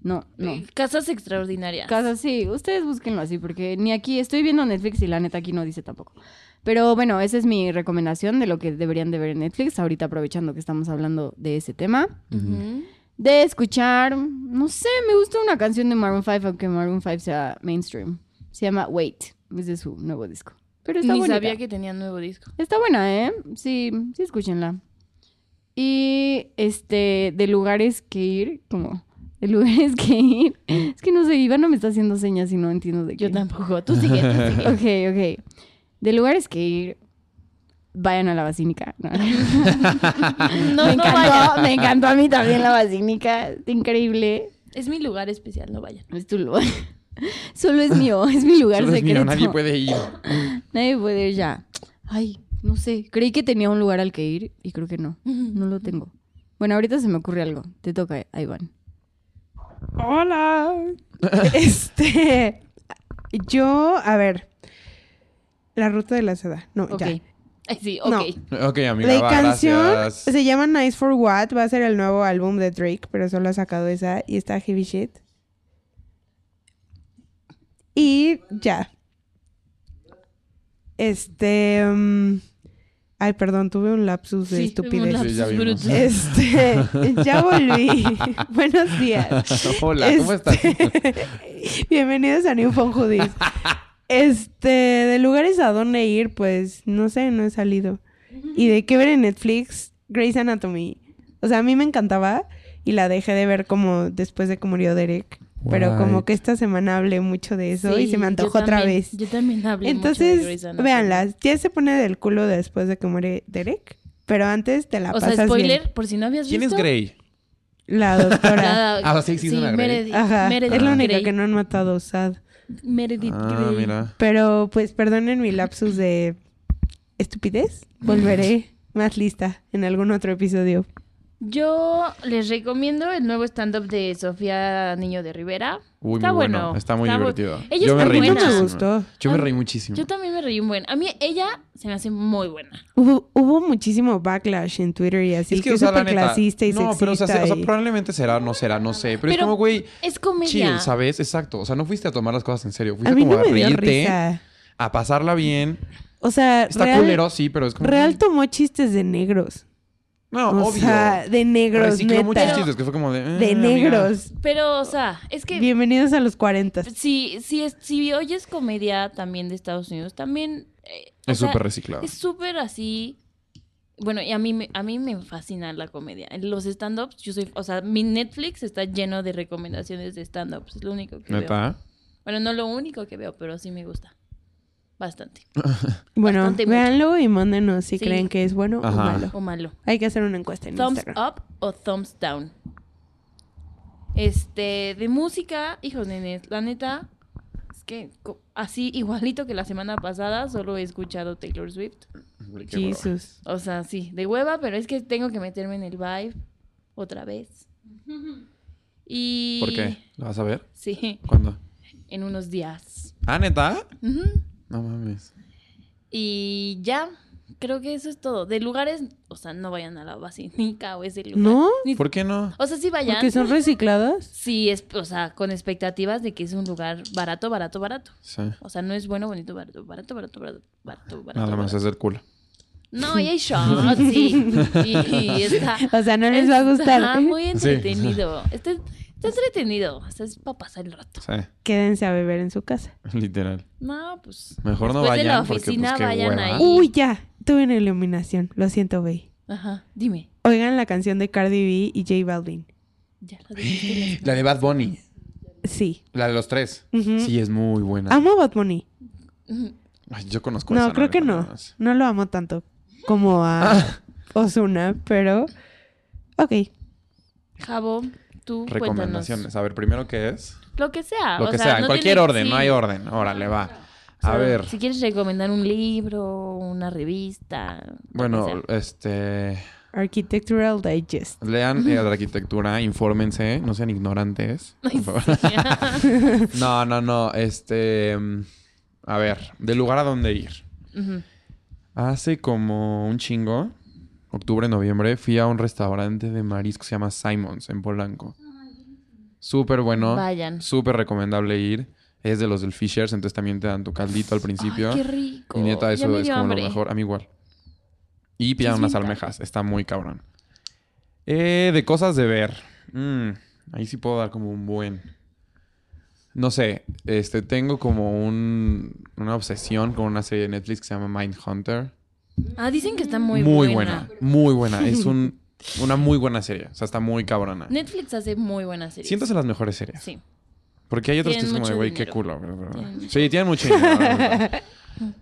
E: No, no.
B: Casas extraordinarias.
E: Casa, sí. Ustedes búsquenlo así, porque ni aquí estoy viendo Netflix y la neta aquí no dice tampoco. Pero bueno, esa es mi recomendación de lo que deberían de ver en Netflix. Ahorita aprovechando que estamos hablando de ese tema.
B: Ujú.
E: De escuchar, no sé, me gusta una canción de Maroon 5, aunque Maroon 5 sea mainstream. Se llama Wait. Es de su nuevo disco. Pero está
B: Ni
E: bonita.
B: sabía que tenía nuevo disco.
E: Está buena, ¿eh? Sí, sí, escúchenla. Y este, de lugares que ir, como, de lugares que ir. Es que no sé, Iván no me está haciendo señas y no entiendo de qué.
B: Yo tampoco. Tú sigue, tú sigue.
E: Ok, ok. De lugares que ir, vayan a la basílica.
B: No,
E: No.
B: no
E: me encantó,
B: vayan.
E: me encantó a mí también la basílica. Está increíble.
B: Es mi lugar especial, no vayan.
E: Es tu lugar. Solo es mío, es mi lugar
D: Solo es mío,
E: secreto.
D: nadie puede ir.
E: Nadie puede ir ya. Ay, no sé. Creí que tenía un lugar al que ir y creo que no. No lo tengo. Bueno, ahorita se me ocurre algo. Te toca, Iván.
C: Hola. este. Yo, a ver. La ruta de la seda. No,
B: Ok.
C: ya.
B: Ay, sí, ok.
C: No.
E: pues,
D: Ok, amiga,
C: La
D: va,
C: canción
D: gracias.
C: se llama Nice for What. Va a ser el nuevo álbum de Drake, pero solo ha sacado esa y está heavy shit. Y ya. Este. mm, ay, perdón, tuve un lapsus de
B: Sí,
C: estupidez.
B: un
D: Sí, ya
B: lapsus
D: vimos.
B: brutus.
C: Este, ya volví. Buenos días.
D: Hola, ¿cómo estás?
C: estás? Bienvenidos a New Fun Hoodies. Este, de lugares a dónde ir, pues no sé, no he salido. Y de qué ver en Netflix, Grey's Anatomy. O sea, a mí me encantaba y la dejé de ver como después de que murió Derek. Pero como
D: Right.
C: que esta semana hablé mucho de eso y
B: Sí,
C: se me
B: yo
C: antojó otra
B: también-
C: vez.
B: Yo también hablé mucho de Grey's
C: Entonces,
B: Anatomy.
C: véanlas. Ya se pone del culo después de que muere Derek. Pero antes te la
B: O
C: pasas
B: sea, spoiler,
C: bien.
B: por si no habías
D: ¿Quién es
B: visto.
D: Grey?
C: La doctora.
B: Nada,
D: Ah, o sea, sí, es una Grey.
B: Meredith,
C: Ajá.
B: Meredith
C: es la única
B: Grey.
C: que no han matado, sad.
B: Meredith
D: Ah,
B: Grey.
D: mira.
C: Pero pues perdonen mi lapsus de estupidez. Volveré más lista en algún otro episodio.
B: Yo les recomiendo el nuevo stand-up de Sofía Niño de Rivera.
D: Uy,
B: está
D: muy bueno.
B: bueno.
D: Está muy
B: bu-
D: divertido.
B: Ella
D: Yo
B: está
D: me reí
B: buena.
C: no me
D: muchísimo.
C: gustó.
D: Yo me reí muchísimo.
B: Yo también me reí un buen. A mí ella se me hace muy buena.
C: Hubo, hubo muchísimo backlash en Twitter y así.
D: Es
C: que,
D: que, o sea,
C: es
D: la
C: súper
D: neta.
C: clasista y
D: no, pero o
C: sexista
D: sea, se- o sea,
C: y-
D: probablemente será, no será, no sé. Pero, es
B: Pero
D: como, güey,
B: Es comedia.
D: chill, ¿sabes? Exacto. O sea, no fuiste a tomar las cosas en serio. Fuiste
C: A mí
D: como
C: no
D: a
C: me dio
D: reírte,
C: risa.
D: a pasarla bien.
C: O sea,
D: Está
C: real,
D: culero, sí, pero es como.
C: real tomó chistes de negros.
D: No,
C: o
D: obvio.
C: sea, de negros,
D: Recicló muchos
C: neta.
D: chistes que fue como de. eh,
C: De
D: amiga.
C: negros.
B: Pero, o sea, es que
C: Bienvenidos a los 40.
B: si, si, es- si oyes comedia también de Estados Unidos, también. eh, o
D: Es
B: sea,
D: súper reciclado.
B: Es súper así. Bueno, y a mí, me- a mí me fascina la comedia. En Los stand-ups, yo soy. O sea, mi Netflix está lleno de recomendaciones de stand-ups. Es lo único que veo.
D: Neta.
B: Bueno, no lo único que veo, pero sí me gusta. Bastante.
C: Bueno,
B: Bastante mucho.
C: véanlo y mándenos si
B: Sí.
C: creen que es bueno o
D: Ajá.
C: malo.
B: O malo.
C: Hay que hacer una encuesta en
B: Thumbs
C: Instagram.
B: up o thumbs down. Este, de música, hijos nenes, la neta, es que co- así igualito que la semana pasada, solo he escuchado Taylor Swift.
D: Qué hueva.
C: Jesus.
B: O sea, sí, de hueva, pero es que tengo que meterme en el vibe otra vez. Y...
D: ¿Por qué? ¿Lo vas a ver?
B: Sí,
D: ¿Cuándo?
B: en unos días.
D: ¿Ah, neta?
B: Ujú.
D: No mames.
B: Y ya, creo que eso es todo. De lugares, o sea, no vayan a la basílica o ese lugar.
C: ¿No?
B: Ni-
D: ¿Por qué no?
B: O sea, sí vayan.
C: ¿Porque son recicladas?
B: Sí, es, o sea, con expectativas de que es un lugar barato, barato, barato.
D: Sí.
B: O sea, no es bueno, bonito, barato, barato, barato, barato, barato, barato.
D: Nada más
B: barato.
D: es del culo.
B: No, y hay shots, sí. Y, y está.
C: O sea, no les va a
B: Está
C: gustar. ¿eh?
B: muy
D: Sí.
B: entretenido. Está, está entretenido. O sea, es para pasar el rato.
D: Sí,
C: Quédense a beber en su casa.
D: literal.
B: No, pues.
D: Mejor no
B: Después de la
D: vayan porque pues
B: oficina,
D: qué
B: vayan ahí.
D: hueva.
C: Uy, ya. Tuve una iluminación. Lo siento, güey.
B: Ajá, dime.
C: Oigan la canción de Cardi B y J Balvin.
B: Ya lo dijiste.
D: La de Bad Bunny.
C: Sí.
D: La de los tres.
C: Ujú.
D: Sí, es muy buena.
C: Amo a Bad Bunny.
D: Ay, yo conozco esa,
C: Ah. No, creo que
D: la
C: no.
D: conoces.
C: No lo amo tanto como a
D: Ah.
C: Osuna, pero. Ok.
B: Jabo, tú cuéntanos.
D: Recomendaciones. A ver, primero qué es.
B: Lo que sea.
D: Lo
B: o
D: que
B: sea,
D: sea, en
B: no
D: cualquier
B: tiene-
D: orden,
B: sí.
D: no hay orden. Órale, va.
B: O sea,
D: A ver,
B: Si quieres recomendar un libro, una revista. lo que sea.
D: bueno, este,
C: Architectural Digest.
D: lean eh, la arquitectura, infórmense, no sean ignorantes. por favor. No, no, no, este, mm, a ver, de lugar a dónde ir.
B: Ujú.
D: Hace como un chingo, octubre, noviembre, fui a un restaurante de marisco que se llama Simons en Polanco. Súper bueno,
B: Vayan.
D: súper recomendable ir. Es de los del Fishers, entonces también te dan tu caldito al principio.
B: Ay, qué rico.
D: Y neta,
B: Ya
D: eso
B: me
D: es
B: dio
D: como
B: hambre.
D: lo mejor. A mí igual. Y pidan
B: es
D: unas
B: bien
D: almejas. Está muy cabrón. Eh, de cosas de ver. Mm, ahí sí puedo dar como un buen. No sé. Este, tengo como un, una obsesión con una serie de Netflix que se llama Mindhunter.
B: Ah, dicen que está muy, buena.
D: Muy buena. Es un, una muy buena serie. O sea, está muy cabrona.
B: Netflix hace muy buenas series.
D: Siéntase las mejores series.
B: Sí.
D: Porque hay otros que es
B: Tienen
D: como de,
B: mucho
D: güey, qué
B: dinero.
D: culo. bla, bla, bla".
B: Tienen
D: Sí, tienen mucho dinero. bla, bla, bla.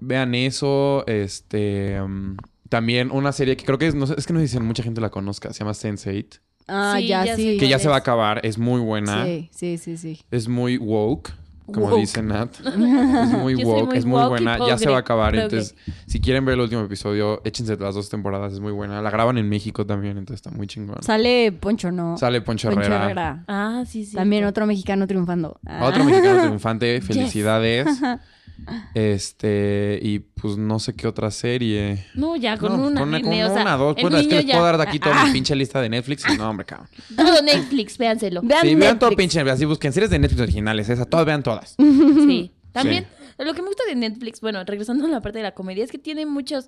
D: Vean eso. Este. mm, también una serie que creo que es. No sé, es que no sé si mucha gente la conozca. Se llama Sense8.
E: Ah,
B: Sí,
E: ya,
B: ya sé
E: sí.
D: Que ya
B: ¿Cuál
D: se va a
B: es?
D: acabar. Es muy buena.
E: Sí, sí, sí, sí.
D: Es muy woke. Como
E: Woke.
D: dice Nat. Es muy
B: Yo soy
D: woke.
B: muy
D: es muy
B: woke y
D: buena. Ya
B: progre-
D: se va a acabar.
B: progre.
D: Entonces, si quieren ver el último episodio, échense las dos temporadas. Es muy buena. La graban en México también. Entonces está muy chingón.
E: Sale Poncho, ¿no?
D: Sale Poncho Herrera.
E: Herrera.
B: Ah, sí, sí.
E: También otro mexicano triunfando. Ah.
D: Otro mexicano triunfante, felicidades. Este, y pues no sé qué otra serie.
B: No,
E: Ah,
B: ya, con
D: No,
B: una.
D: con
B: nene,
D: con
B: o sea,
D: una, dos.
B: el
D: Bueno, es que
B: niño
D: les
B: ya-
D: puedo dar aquí toda mi pinche lista de Netflix. y No, hombre, cabrón.
B: Todo Netflix, véanselo.
E: Vean
D: Sí, vean todo
E: Netflix.
D: pinche, así busquen series de Netflix originales, esa, todas, vean todas.
B: Sí. También, lo que me gusta de Netflix, bueno, regresando a la parte de la comedia, es que tiene muchos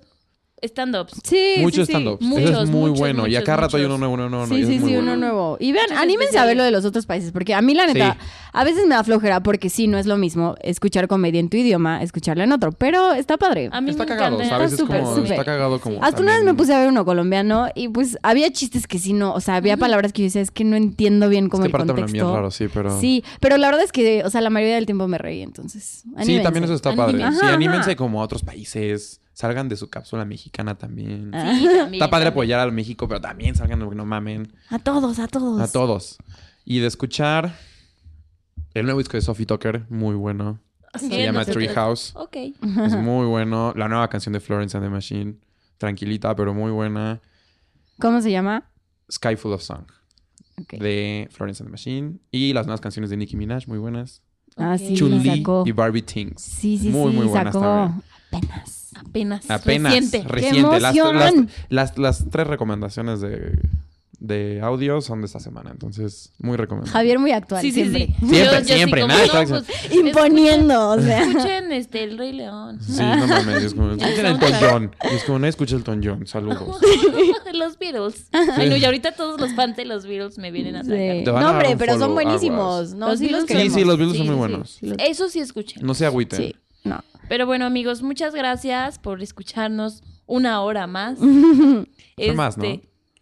B: stand-ups.
E: Sí, sí,
D: Muchos
E: sí.
D: stand-ups.
B: Muchos,
D: Eso es muy
B: muchos,
D: bueno. y
B: muchos,
D: acá rato hay
B: muchos.
D: uno nuevo, uno nuevo.
E: Sí,
D: y es
E: sí,
D: muy
E: sí,
D: bueno.
E: uno nuevo. Y vean,
B: Muchas
E: anímense a ver lo de los otros países, porque a mí la neta,
D: Sí.
E: a veces me da flojera, porque sí, no es lo mismo escuchar comedia en tu idioma, escucharla en otro, pero está padre.
B: A mí
D: Está
B: me
D: cagado,
B: encanta.
D: ¿sabes?
E: Está
D: es
E: súper,
D: como,
E: súper.
D: está cagado como.
E: Hasta una vez me
D: también-
E: puse a ver uno colombiano y pues había chistes que sí, no, o sea, había palabras que yo decía, es que no entiendo bien
D: Es
E: cómo
D: que
E: el
D: aparte hablan
E: contexto.
D: bien raro, sí, pero.
E: Sí, pero la verdad es que, o sea, la mayoría del tiempo me reí, entonces.
D: Sí,
E: anímense.
D: también eso está padre.
B: Anímense.
D: Sí,
E: Ajá,
D: anímense
E: ajá.
D: como a otros países. Salgan de su cápsula mexicana también.
E: Ah.
B: Sí, también,
D: Está padre
B: también.
D: apoyar al México, pero también salgan, porque no mamen.
E: A todos, a todos.
D: A todos. Y de escuchar el nuevo disco de Sophie Tucker, muy bueno.
B: Sí,
D: Se llama
B: nosotros-
D: Treehouse.
B: Ok.
E: Mm.
D: Es muy bueno. La nueva canción de Florence and the Machine, tranquilita, pero muy buena.
E: ¿Cómo se llama?
D: Sky Full of Song,
E: Ok.
D: de Florence and the Machine. Y las nuevas canciones de Nicki Minaj, muy buenas.
E: Ah, sí,
D: chun
E: la sacó.
D: y Barbie Things.
E: Sí, sí,
D: muy,
E: sí,
D: muy buenas
E: sacó.
D: también.
E: Apenas.
B: Apenas.
D: Apenas.
B: Reciente.
D: reciente. Las,
E: ¡Qué
D: las-
E: emoción!
D: las- las tres recomendaciones de, de audio son de esta semana. Entonces, muy recomendable.
E: Javier muy actual
B: Sí, sí,
E: siempre.
B: sí.
D: Siempre, siempre,
B: como,
D: nada,
B: no,
D: está-
B: pues,
E: Imponiendo, o sea.
B: Escuchen, escuchen, este, El Rey León.
D: Sí, no mames. Es como, escuchen el Elton John. Y es como, no escucha el Elton John. Saludos.
B: los Beatles. Ay, no, y ahorita todos los fans de los Beatles me vienen a
E: Sí.
B: sacar.
D: Te van
E: No,
D: a dar
E: hombre,
D: un
E: pero son
D: follow,
E: buenísimos.
D: aguas.
E: No,
B: Los
E: sí
B: Beatles
E: los
D: Sí,
E: queremos.
D: sí, los
B: Sí,
D: Beatles son muy
B: sí,
D: buenos.
E: sí, los-
B: Eso sí escuchen.
D: No se agüiten.
E: Sí, no.
B: Pero bueno, amigos, muchas gracias por escucharnos una hora más. Este,
D: más, ¿no?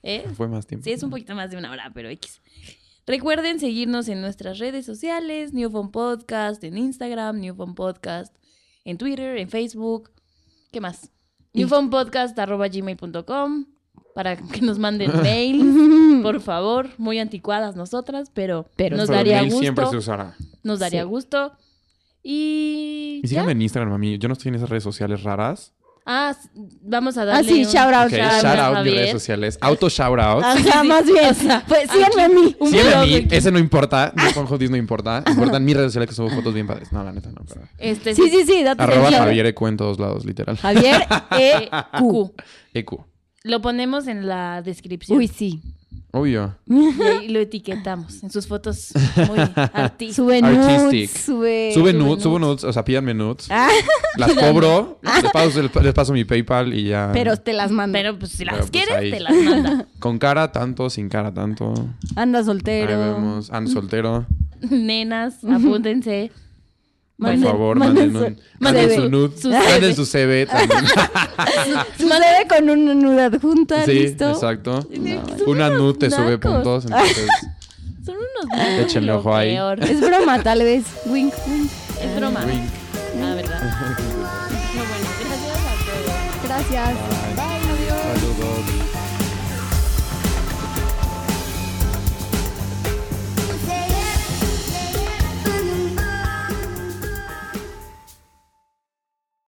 B: ¿eh?
D: Fue más tiempo.
B: Sí, es un poquito más de una hora, pero X. Recuerden seguirnos en nuestras redes sociales, Newfound Podcast, en Instagram, Newfound Podcast, en Twitter, en Facebook. ¿Qué más? Newfoundpodcast.gmail.com para que nos manden mails, por favor, muy anticuadas nosotras, pero,
E: Pero
B: nos
D: Pero el
B: daría
D: mail siempre se
B: gusto,
D: usará.
B: nos daría
E: Sí.
B: gusto. Y,
D: Y
B: ya.
D: síganme en Instagram, mami. Yo no estoy en esas redes sociales raras.
B: Ah, s- vamos a darle
E: Ah, sí,
B: un-
E: shout out.
D: Ok,
B: shout out,
D: shout out mis
B: Javier.
D: redes sociales. Auto shout out.
E: Ajá,
B: sí.
E: más bien.
B: O sea,
E: pues síganme a mí.
B: un Ah.
D: Síganme a
B: blog
D: mí,
B: aquí.
D: ese no importa. Yo con Hot Dis no importa. Importan mis redes sociales que subo fotos bien padres. No, la neta no. pero-
B: Este,
E: Sí, sí, sí, date
D: Arroba
E: atención.
D: Javier Ecu en todos lados, literal.
B: Ah.
D: E
E: Javier
B: eh,
E: E.
B: Q.
D: Ecu.
B: Lo ponemos en la descripción.
E: Uy, sí.
D: Obvio.
B: Y ahí lo etiquetamos en sus fotos muy artísticas.
E: Sube nudes,
D: Artistic.
E: sube.
D: Sube
B: Eh, sube
D: nudes, subo
B: nudes. Ah.
D: nudes, o sea, pídanme nudes.
E: Ah,
D: Las cobro, les paso, el- les paso mi PayPal y ya.
E: pero te las mando.
B: Pero pues si las
D: Pero, pues,
B: quieres,
D: ahí.
B: te las manda.
D: Con cara tanto, sin cara tanto.
E: Anda
D: Ahí
E: soltero.
D: vemos. Ando soltero.
B: Nenas, apúntense.
D: Por
E: Manden-
D: favor,
E: manden
D: manden, un,
E: su-
D: manden
E: CV.
D: su nude.
B: Su CV.
D: manden su CV también.
E: Su CV con una nuda adjunta,
D: sí,
E: listo.
D: exacto.
B: Son
D: Una
B: unos
D: nude te sube
B: nacos.
D: puntos, entonces.
B: Son unos nacos,
D: Échenle
B: lo
D: ojo ahí.
B: peor.
E: Es broma, tal vez. Wink, wink.
B: Es broma,
D: wink.
B: la verdad. No, bueno, gracias a todos.
E: Gracias. Bye, novios.
D: Saludos.